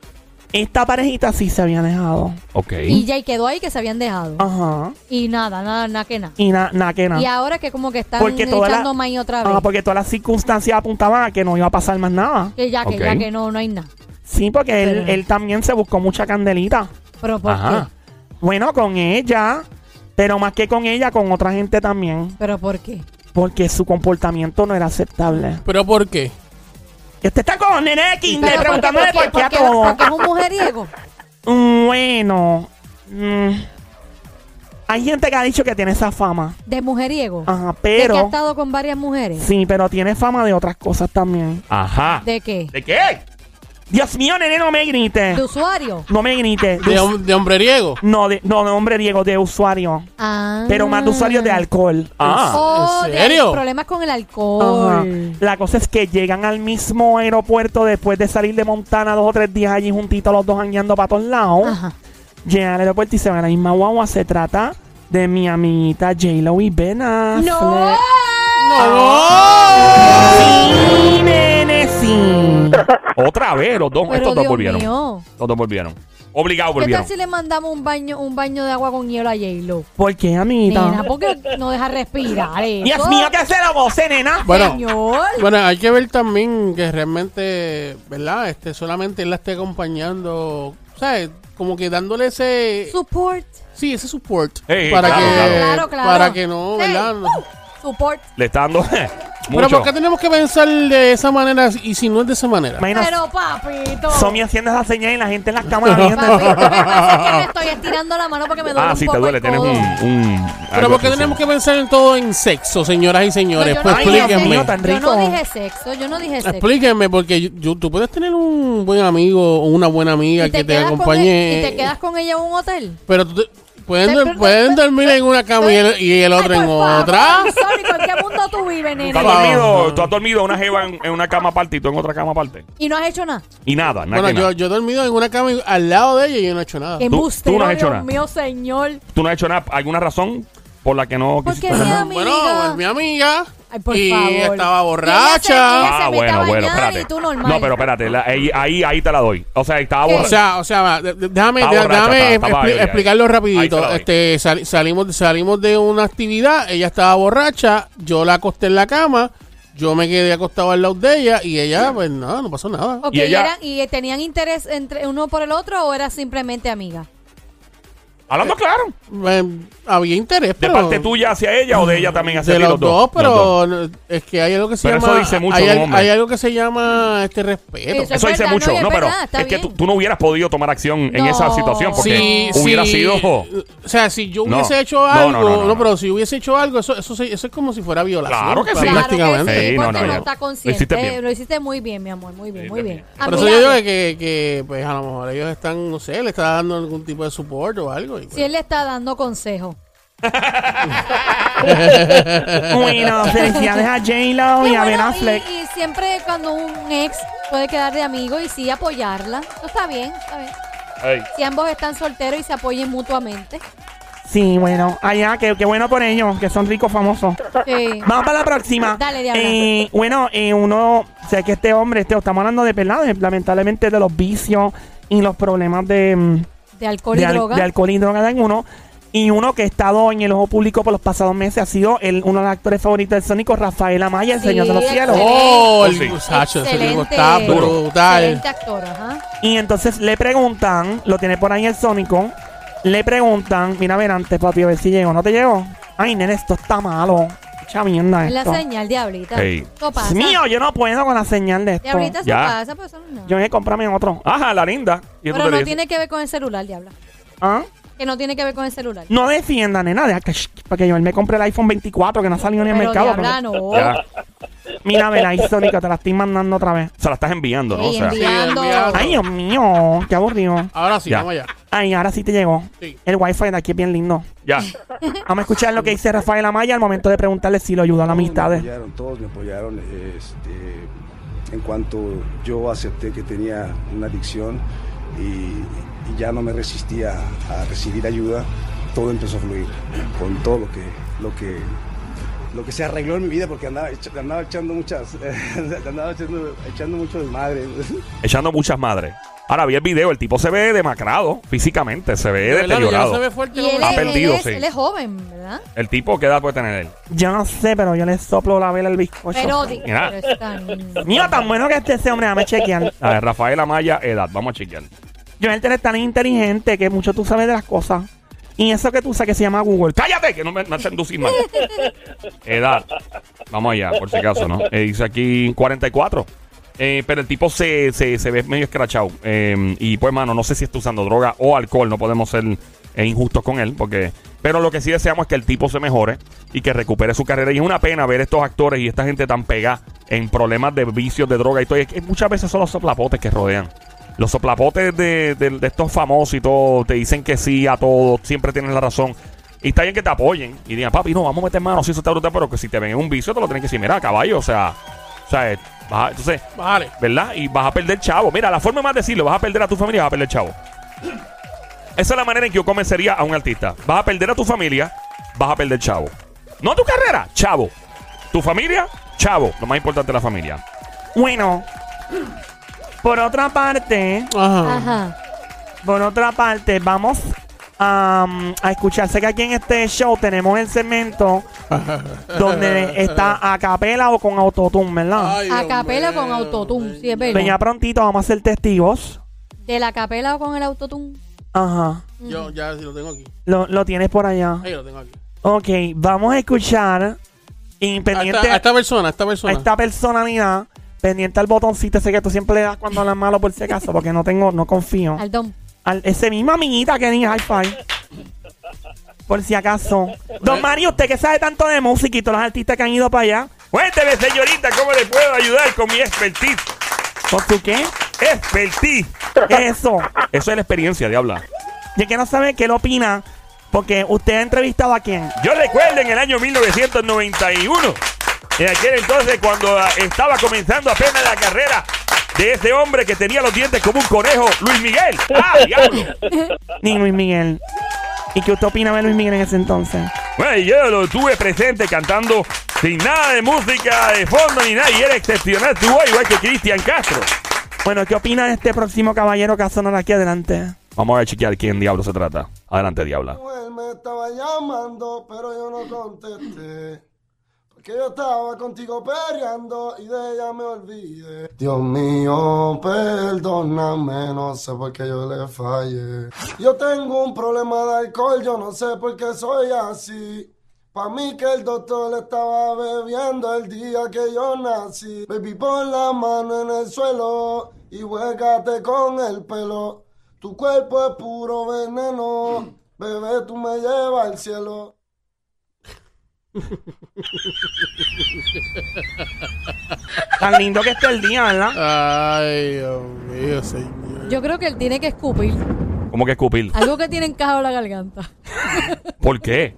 [SPEAKER 5] Esta parejita sí se había dejado.
[SPEAKER 1] Ok.
[SPEAKER 4] Y ya y quedó ahí que se habían dejado.
[SPEAKER 5] Ajá.
[SPEAKER 4] Y nada, nada, nada que nada.
[SPEAKER 5] Y nada, que Ah. nada.
[SPEAKER 4] Y ahora que como que están
[SPEAKER 5] Porque toda la-
[SPEAKER 4] echando maíz otra vez.
[SPEAKER 5] Ah, porque todas las circunstancias apuntaban a que no iba a pasar más nada.
[SPEAKER 4] Que ya que
[SPEAKER 1] Ok.
[SPEAKER 4] ya que no, no hay nada.
[SPEAKER 5] Sí, porque él,
[SPEAKER 4] Pero-
[SPEAKER 5] él también se buscó mucha candelita.
[SPEAKER 4] Pero ¿por
[SPEAKER 1] Ajá.
[SPEAKER 4] qué?
[SPEAKER 5] Bueno, con ella, pero más que con ella, con otra gente también.
[SPEAKER 4] Pero ¿por qué?
[SPEAKER 5] Porque su comportamiento no era aceptable.
[SPEAKER 7] ¿Pero por qué?
[SPEAKER 5] Este está con Nene Kinder
[SPEAKER 4] Pero
[SPEAKER 5] preguntándole por qué a todo.
[SPEAKER 4] porque es un mujeriego.
[SPEAKER 5] Mm, Bueno. mm, hay gente que ha dicho que tiene esa fama.
[SPEAKER 4] De mujeriego.
[SPEAKER 5] Ajá,
[SPEAKER 4] De que ha
[SPEAKER 5] Ah, pero.
[SPEAKER 4] estado con varias mujeres.
[SPEAKER 5] Sí, pero tiene fama de otras cosas también.
[SPEAKER 1] Ajá.
[SPEAKER 4] ¿De qué?
[SPEAKER 1] ¿De qué?
[SPEAKER 5] Dios mío, nene, no me grites.
[SPEAKER 4] De usuario.
[SPEAKER 5] No me grites.
[SPEAKER 4] Pues-
[SPEAKER 7] ¿De,
[SPEAKER 5] De us-
[SPEAKER 7] hom- de hombreriego?
[SPEAKER 5] no, de, no, de hombre Diego, de usuario.
[SPEAKER 4] Ah.
[SPEAKER 5] Pero más de usuario de alcohol.
[SPEAKER 1] Ah.
[SPEAKER 4] Oh,
[SPEAKER 7] ¿En
[SPEAKER 4] de
[SPEAKER 7] serio?
[SPEAKER 4] problemas con el
[SPEAKER 5] Ajá.
[SPEAKER 4] alcohol.
[SPEAKER 5] La cosa es que llegan al mismo aeropuerto después de salir de Montana dos o tres días allí juntitos los dos andando para todos lados.
[SPEAKER 4] Ajá.
[SPEAKER 5] Llegan al aeropuerto y se van a la misma guagua. Se trata de mi amiguita J-Lo y Ben Affleck.
[SPEAKER 4] ¡No!
[SPEAKER 5] Sí, nene, sí.
[SPEAKER 1] Otra vez, los dos.
[SPEAKER 4] Pero
[SPEAKER 1] estos dos
[SPEAKER 4] Dios
[SPEAKER 1] volvieron.
[SPEAKER 4] mío.
[SPEAKER 1] Los dos volvieron. Obligado
[SPEAKER 4] ¿Qué
[SPEAKER 1] volvieron.
[SPEAKER 4] tal si le mandamos un baño, un baño de agua con hielo a J-Lo?
[SPEAKER 5] ¿Por qué, amiguita?
[SPEAKER 4] Nena, porque no deja respirar eso?
[SPEAKER 5] (laughs) Dios mío, que se la voce, nena.
[SPEAKER 7] Bueno,
[SPEAKER 4] Señor.
[SPEAKER 7] bueno, hay que ver también que realmente, ¿verdad? Este, solamente él la esté acompañando, ¿sabes? Como que dándole ese,
[SPEAKER 4] Support.
[SPEAKER 7] sí, ese support
[SPEAKER 1] Sí,
[SPEAKER 7] para
[SPEAKER 1] claro,
[SPEAKER 7] que,
[SPEAKER 4] claro. Claro, claro.
[SPEAKER 7] para que no,
[SPEAKER 4] Sí. Uh.
[SPEAKER 7] ¿verdad? No.
[SPEAKER 4] Support.
[SPEAKER 1] Le está dando. (laughs)
[SPEAKER 7] Pero
[SPEAKER 1] mucho.
[SPEAKER 7] ¿por qué tenemos que pensar de esa manera y si no es de esa manera?
[SPEAKER 1] Ah,
[SPEAKER 5] Imagina,
[SPEAKER 4] Pero papito.
[SPEAKER 5] Somi haciendo esa señal y la gente en las cámaras
[SPEAKER 4] Papito,
[SPEAKER 5] viendo.
[SPEAKER 4] lo que pasa es que me estoy estirando la mano porque me duele
[SPEAKER 1] Ah,
[SPEAKER 4] un
[SPEAKER 1] sí,
[SPEAKER 4] poco
[SPEAKER 1] te duele.
[SPEAKER 4] el
[SPEAKER 1] Tienes
[SPEAKER 4] codo.
[SPEAKER 1] un. un
[SPEAKER 7] Pero
[SPEAKER 1] algo
[SPEAKER 7] ¿por qué
[SPEAKER 1] así,
[SPEAKER 7] tenemos
[SPEAKER 1] sí.
[SPEAKER 7] que pensar en todo en sexo, señoras y
[SPEAKER 4] No,
[SPEAKER 7] señores?
[SPEAKER 4] yo
[SPEAKER 7] pues
[SPEAKER 4] no dije
[SPEAKER 5] Dios
[SPEAKER 7] explíquenme.
[SPEAKER 5] mío,
[SPEAKER 4] sexo.
[SPEAKER 5] tan
[SPEAKER 4] Yo no
[SPEAKER 5] rico.
[SPEAKER 4] dije sexo, yo no dije sexo.
[SPEAKER 7] Explíquenme, porque yo- yo- tú puedes tener un buen amigo o una buena amiga que te
[SPEAKER 4] quedas con él-
[SPEAKER 7] acompañe.
[SPEAKER 4] y te quedas con ella en un hotel.
[SPEAKER 7] Pero tú te- pueden,
[SPEAKER 4] Te-
[SPEAKER 7] dor-
[SPEAKER 4] pero-
[SPEAKER 7] pueden
[SPEAKER 4] pero-
[SPEAKER 7] dormir en una cama y el, y el
[SPEAKER 4] Ay,
[SPEAKER 7] otro en
[SPEAKER 4] por favor,
[SPEAKER 7] otra.
[SPEAKER 4] I'm sorry, ¿con qué mundo tú vives,
[SPEAKER 1] ¿Tú has
[SPEAKER 4] nene?
[SPEAKER 7] Papá.
[SPEAKER 1] dormido, tú has dormido una jeva en, en una cama aparte y tú en otra cama aparte.
[SPEAKER 4] Y no has hecho nada.
[SPEAKER 1] Y nada, nada.
[SPEAKER 7] Bueno,
[SPEAKER 1] que nada.
[SPEAKER 7] yo, yo he dormido en una cama y- al lado de ella y yo no he hecho nada.
[SPEAKER 4] Qué
[SPEAKER 1] tú no has
[SPEAKER 4] embustero,
[SPEAKER 1] hecho
[SPEAKER 4] Dios
[SPEAKER 1] nada.
[SPEAKER 4] mío, señor.
[SPEAKER 1] Tú no has hecho nada. ¿Alguna razón por la que no
[SPEAKER 4] ¿Por
[SPEAKER 1] quisiste
[SPEAKER 4] qué
[SPEAKER 1] nada?
[SPEAKER 4] miedo?
[SPEAKER 7] Bueno, es mi amiga.
[SPEAKER 4] Ay, por
[SPEAKER 7] y
[SPEAKER 4] favor.
[SPEAKER 7] estaba
[SPEAKER 4] Y ella
[SPEAKER 7] borracha.
[SPEAKER 4] se-
[SPEAKER 1] Ah,
[SPEAKER 4] mete a
[SPEAKER 1] bueno, bueno,
[SPEAKER 4] bañar
[SPEAKER 1] espérate.
[SPEAKER 4] y tú normal.
[SPEAKER 1] No, pero espérate, la- ahí, ahí, ahí te la doy. O sea, estaba
[SPEAKER 4] ¿Qué?
[SPEAKER 7] O
[SPEAKER 1] borracha.
[SPEAKER 7] sea, o sea, va, de- de- déjame,
[SPEAKER 1] Estaba
[SPEAKER 7] de-
[SPEAKER 1] borracha, estaba-
[SPEAKER 7] déjame
[SPEAKER 1] estaba
[SPEAKER 7] expli-
[SPEAKER 1] ahí, ahí.
[SPEAKER 7] explicarlo
[SPEAKER 1] Ahí se la
[SPEAKER 7] rapidito.
[SPEAKER 1] doy.
[SPEAKER 7] Este, sal- salimos, salimos de una actividad, ella estaba borracha, yo la acosté en la cama, yo me quedé acostado al lado de ella y ella, pues nada, no pasó nada.
[SPEAKER 4] Ok,
[SPEAKER 1] Y
[SPEAKER 4] ¿y,
[SPEAKER 1] ella-
[SPEAKER 4] eran- y tenían interés entre uno por el otro o era simplemente amiga?
[SPEAKER 1] Hablando claro.
[SPEAKER 7] Eh, había interés,
[SPEAKER 1] ¿De
[SPEAKER 7] pero...
[SPEAKER 1] parte tuya hacia ella o de ella también hacia
[SPEAKER 7] de
[SPEAKER 1] ti,
[SPEAKER 7] los, dos, pero
[SPEAKER 1] Los dos.
[SPEAKER 7] no- es que hay algo que se
[SPEAKER 1] Pero eso
[SPEAKER 7] llama
[SPEAKER 1] dice mucho
[SPEAKER 7] hay,
[SPEAKER 1] de un
[SPEAKER 7] al-
[SPEAKER 1] hombre.
[SPEAKER 7] hay algo que se llama este respeto
[SPEAKER 4] Eso
[SPEAKER 1] Eso
[SPEAKER 4] es
[SPEAKER 1] dice
[SPEAKER 4] verdad,
[SPEAKER 1] mucho.
[SPEAKER 4] no, y es
[SPEAKER 1] No, pero
[SPEAKER 4] verdad, está
[SPEAKER 1] es que tú,
[SPEAKER 4] bien.
[SPEAKER 1] tú no hubieras podido tomar acción en esa
[SPEAKER 4] No.
[SPEAKER 1] situación porque
[SPEAKER 4] Sí,
[SPEAKER 1] hubiera sido.
[SPEAKER 7] o sea si yo
[SPEAKER 1] No.
[SPEAKER 7] hubiese hecho
[SPEAKER 1] No, no,
[SPEAKER 7] algo
[SPEAKER 1] no,
[SPEAKER 7] no,
[SPEAKER 1] no, no.
[SPEAKER 7] pero si hubiese hecho algo eso eso, se- eso es como si fuera violación
[SPEAKER 1] Claro que sí.
[SPEAKER 4] Claro que
[SPEAKER 7] prácticamente
[SPEAKER 1] Sí,
[SPEAKER 4] sí,
[SPEAKER 1] no,
[SPEAKER 4] porque
[SPEAKER 1] no,
[SPEAKER 4] no,
[SPEAKER 1] ya.
[SPEAKER 4] está
[SPEAKER 1] Lo
[SPEAKER 4] consciente. eh,
[SPEAKER 1] hiciste
[SPEAKER 4] Lo
[SPEAKER 1] bien.
[SPEAKER 4] hiciste, muy bien, mi amor, muy bien,
[SPEAKER 1] Lo
[SPEAKER 4] muy
[SPEAKER 1] hiciste
[SPEAKER 4] bien.
[SPEAKER 7] por eso yo
[SPEAKER 4] Admirable.
[SPEAKER 7] digo que, que pues a lo mejor ellos están no sé le está dando algún tipo de soporte o algo y, pues.
[SPEAKER 4] Si él le está dando consejo.
[SPEAKER 5] (laughs)
[SPEAKER 4] (laughs)
[SPEAKER 5] Bueno, felicidades a J-Lo y
[SPEAKER 4] Qué
[SPEAKER 5] a Ben
[SPEAKER 4] bueno,
[SPEAKER 5] Affleck.
[SPEAKER 4] y, y siempre cuando un ex puede quedar de amigo y sí apoyarla. Eso está bien, está bien.
[SPEAKER 1] Ey.
[SPEAKER 4] Si ambos están solteros y se apoyen
[SPEAKER 5] (laughs)
[SPEAKER 4] mutuamente.
[SPEAKER 5] Sí, bueno. Allá, qué, qué bueno por ellos, que son ricos famosos.
[SPEAKER 4] Sí.
[SPEAKER 5] Vamos para la próxima.
[SPEAKER 4] (laughs) Dale, Diabla.
[SPEAKER 5] Eh, bueno, eh, uno, o sea, que este hombre, este, estamos hablando de verdad, de- lamentablemente de los vicios y los problemas de, mm,
[SPEAKER 4] De alcohol y
[SPEAKER 5] de al-
[SPEAKER 4] droga.
[SPEAKER 5] de alcohol y droga de uno. Y uno que ha estado en el ojo público por los pasados meses ha sido el, uno de los actores favoritos del Sónico, Rafael Amaya, el
[SPEAKER 4] Sí,
[SPEAKER 5] Señor de los Cielos.
[SPEAKER 4] excelente.
[SPEAKER 7] (laughs) Oh,
[SPEAKER 1] Oh,
[SPEAKER 7] el
[SPEAKER 1] sí.
[SPEAKER 7] muchacho, ese tipo
[SPEAKER 4] Excelente.
[SPEAKER 7] está
[SPEAKER 4] Duro.
[SPEAKER 7] brutal.
[SPEAKER 4] Excelente actor, ajá.
[SPEAKER 5] Y entonces le preguntan, lo tiene por ahí el Sónico, le preguntan, mira, a ver antes, papi, a ver si llegó. ¿No te llegó? Ay, nene, esto está malo. Mucha mierda
[SPEAKER 4] Es la
[SPEAKER 5] esto.
[SPEAKER 4] señal, diablita.
[SPEAKER 1] Ey.
[SPEAKER 4] Esto pasa.
[SPEAKER 5] Dios mío, yo no puedo con la señal de esto.
[SPEAKER 4] Diablita, eso
[SPEAKER 1] Ya.
[SPEAKER 4] pasa, pero eso no es nada.
[SPEAKER 5] Yo voy a comprarme otro.
[SPEAKER 1] Ajá, la linda. Y tú
[SPEAKER 4] Pero
[SPEAKER 1] te
[SPEAKER 4] no
[SPEAKER 1] dices,
[SPEAKER 4] tiene que ver con el celular, diabla.
[SPEAKER 5] ¿Ah?
[SPEAKER 4] Que no tiene que ver con el celular.
[SPEAKER 5] No defiendan nada, deja que, sh- para que yo me compre el iPhone 24 que no ha salido ni al
[SPEAKER 4] Pero
[SPEAKER 5] mercado.
[SPEAKER 4] diabla,
[SPEAKER 5] porque-
[SPEAKER 4] no.
[SPEAKER 1] Ya,
[SPEAKER 5] Mira, ver ahí, Sónico, te la estoy mandando otra vez.
[SPEAKER 1] se la estás enviando, ¿no? O
[SPEAKER 4] Ey,
[SPEAKER 1] sea,
[SPEAKER 7] envi-
[SPEAKER 4] enviando.
[SPEAKER 7] Sí, enviado.
[SPEAKER 5] Ay, Dios mío, qué aburrido.
[SPEAKER 7] Ahora sí,
[SPEAKER 1] Ya.
[SPEAKER 7] vamos allá.
[SPEAKER 5] Ay, ahora sí te llegó.
[SPEAKER 7] Sí.
[SPEAKER 5] El wifi de aquí es bien lindo.
[SPEAKER 1] ya.
[SPEAKER 5] Vamos a escuchar lo que dice Rafael Amaya al momento de preguntarle si lo ayudó a la amistad.
[SPEAKER 8] Todos me apoyaron, todos me apoyaron. este, en cuanto yo acepté que tenía una adicción y, y ya no me resistía a recibir ayuda, todo empezó a fluir con todo lo que, lo que, lo que se arregló en mi vida porque andaba, echa- andaba echando muchas, (laughs) andaba echando, echando mucho desmadre.
[SPEAKER 1] Echando muchas madres. Ahora vi el video, el tipo se ve demacrado físicamente, se ve
[SPEAKER 7] De verdad, ya
[SPEAKER 1] deteriorado.
[SPEAKER 7] no se ve fuerte
[SPEAKER 4] Y
[SPEAKER 7] como
[SPEAKER 4] él,
[SPEAKER 1] Ha
[SPEAKER 4] es,
[SPEAKER 1] perdido,
[SPEAKER 4] él es-
[SPEAKER 1] sí.
[SPEAKER 4] él es joven, ¿verdad?
[SPEAKER 1] El tipo, ¿qué edad puede tener él?
[SPEAKER 5] Yo no sé, pero yo le soplo la vela al bizcocho.
[SPEAKER 4] Pero, di-
[SPEAKER 1] Mira.
[SPEAKER 4] pero es tan-
[SPEAKER 5] Mío, tan bueno que este ese hombre, dame chequear.
[SPEAKER 1] A ver, Rafael Amaya, edad. Vamos a chequear.
[SPEAKER 5] Yo él es tan inteligente que mucho tú sabes de las cosas. Y eso que tú sabes que se llama Google.
[SPEAKER 1] ¡Cállate! Que no me, me hacen inducir mal. Edad. Vamos allá, por si acaso, ¿no? Eh, dice aquí 44. Eh, pero el tipo se, se, se ve medio escrachado. Eh, y pues, mano, no sé si está usando droga o alcohol. No podemos ser eh, injustos con él. porque Pero lo que sí deseamos es que el tipo se mejore y que recupere su carrera. Y es una pena ver estos actores y esta gente tan pegada en problemas de vicios, de droga y todo. Y es que muchas veces son los soplapotes que rodean. Los soplapotes de, de- de estos famosos y todo te dicen que sí a todo, siempre tienes la razón. Y está bien que te apoyen y digan, papi, no, vamos a meter mano, si eso está brutal, pero que si te ven en un vicio te lo tienen que decir, mira, caballo, o sea, o sea, eh, vas a- entonces,
[SPEAKER 7] Vale.
[SPEAKER 1] ¿verdad? Y vas a perder chavo. Mira, la forma más de decirlo, vas a perder a tu familia, vas a perder chavo. Esa es la manera en que yo convencería a un artista. Vas a perder a tu familia, vas a perder chavo. No tu carrera, chavo. Tu familia, chavo. Lo más importante es la familia.
[SPEAKER 5] Bueno, por otra parte,
[SPEAKER 7] Ajá.
[SPEAKER 4] Ajá.
[SPEAKER 5] por otra parte, vamos a, um, a escucharse que aquí en este show tenemos el segmento donde está a capela o con autotune, ¿verdad?
[SPEAKER 7] Ay,
[SPEAKER 4] A
[SPEAKER 7] Dios
[SPEAKER 4] capela
[SPEAKER 7] mío.
[SPEAKER 4] con autotune, sí es verdad.
[SPEAKER 5] Venga prontito, vamos a ser testigos.
[SPEAKER 4] De la capela o con el autotune. Mm.
[SPEAKER 5] Ajá.
[SPEAKER 7] Yo ya sí lo tengo aquí.
[SPEAKER 5] Lo, lo tienes por allá.
[SPEAKER 7] Ahí lo tengo aquí.
[SPEAKER 5] Ok, vamos a escuchar.
[SPEAKER 7] A
[SPEAKER 5] Independiente.
[SPEAKER 7] esta, a esta persona, a esta
[SPEAKER 5] a
[SPEAKER 7] persona.
[SPEAKER 5] esta personalidad pendiente al botoncito ese que tú siempre le das cuando hablas malo por si acaso porque no tengo no confío
[SPEAKER 4] Al don.
[SPEAKER 5] al, ese mismo amiguita que ni hi-fi por si acaso Don Mario usted que sabe tanto de música y todos los artistas que han ido para allá
[SPEAKER 1] Cuénteme, señorita, cómo le puedo ayudar con mi expertise.
[SPEAKER 5] ¿por tu qué?
[SPEAKER 1] Expertise.
[SPEAKER 5] eso
[SPEAKER 1] Eso es la experiencia, diabla.
[SPEAKER 5] yo quiero saber qué él opina porque usted ha entrevistado a quién
[SPEAKER 1] Yo recuerdo en el año 1991, en aquel entonces cuando ah, estaba comenzando apenas la carrera de ese hombre que tenía los dientes como un conejo, Luis Miguel. ¡Ah, diablo!
[SPEAKER 5] ni Luis Miguel ¿y qué usted opina de Luis Miguel en ese entonces?
[SPEAKER 1] Bueno, y yo lo tuve presente cantando sin nada de música de fondo ni nada, y era excepcional, tuvo igual que Cristian Castro.
[SPEAKER 5] bueno ¿qué opina de este próximo caballero que va a sonar aquí adelante?
[SPEAKER 1] Vamos a ver chequear quién diablo se trata. Adelante, diabla.
[SPEAKER 9] Él me estaba llamando, pero yo no contesté. Porque yo estaba contigo perreando y de ella me olvidé. Dios mío, perdóname, no sé por qué yo le fallé. Yo tengo un problema de alcohol, yo no sé por qué soy así. Pa' mí que el doctor le estaba bebiendo el día que yo nací. Baby, pon la mano en el suelo y huégate con el pelo. Tu cuerpo es puro veneno, bebé, tú me llevas al cielo.
[SPEAKER 5] tan lindo que está el día ¿verdad?
[SPEAKER 7] Ay, Dios mío, señor.
[SPEAKER 4] Yo creo que él tiene que escupir.
[SPEAKER 1] ¿Cómo que escupir?
[SPEAKER 4] Algo que tiene encajado la garganta. (laughs)
[SPEAKER 1] ¿Por qué?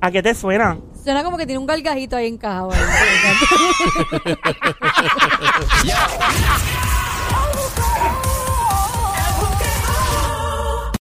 [SPEAKER 5] ¿a qué te suena?
[SPEAKER 4] Suena como que tiene un gargajito ahí encajado. ahí en la garganta.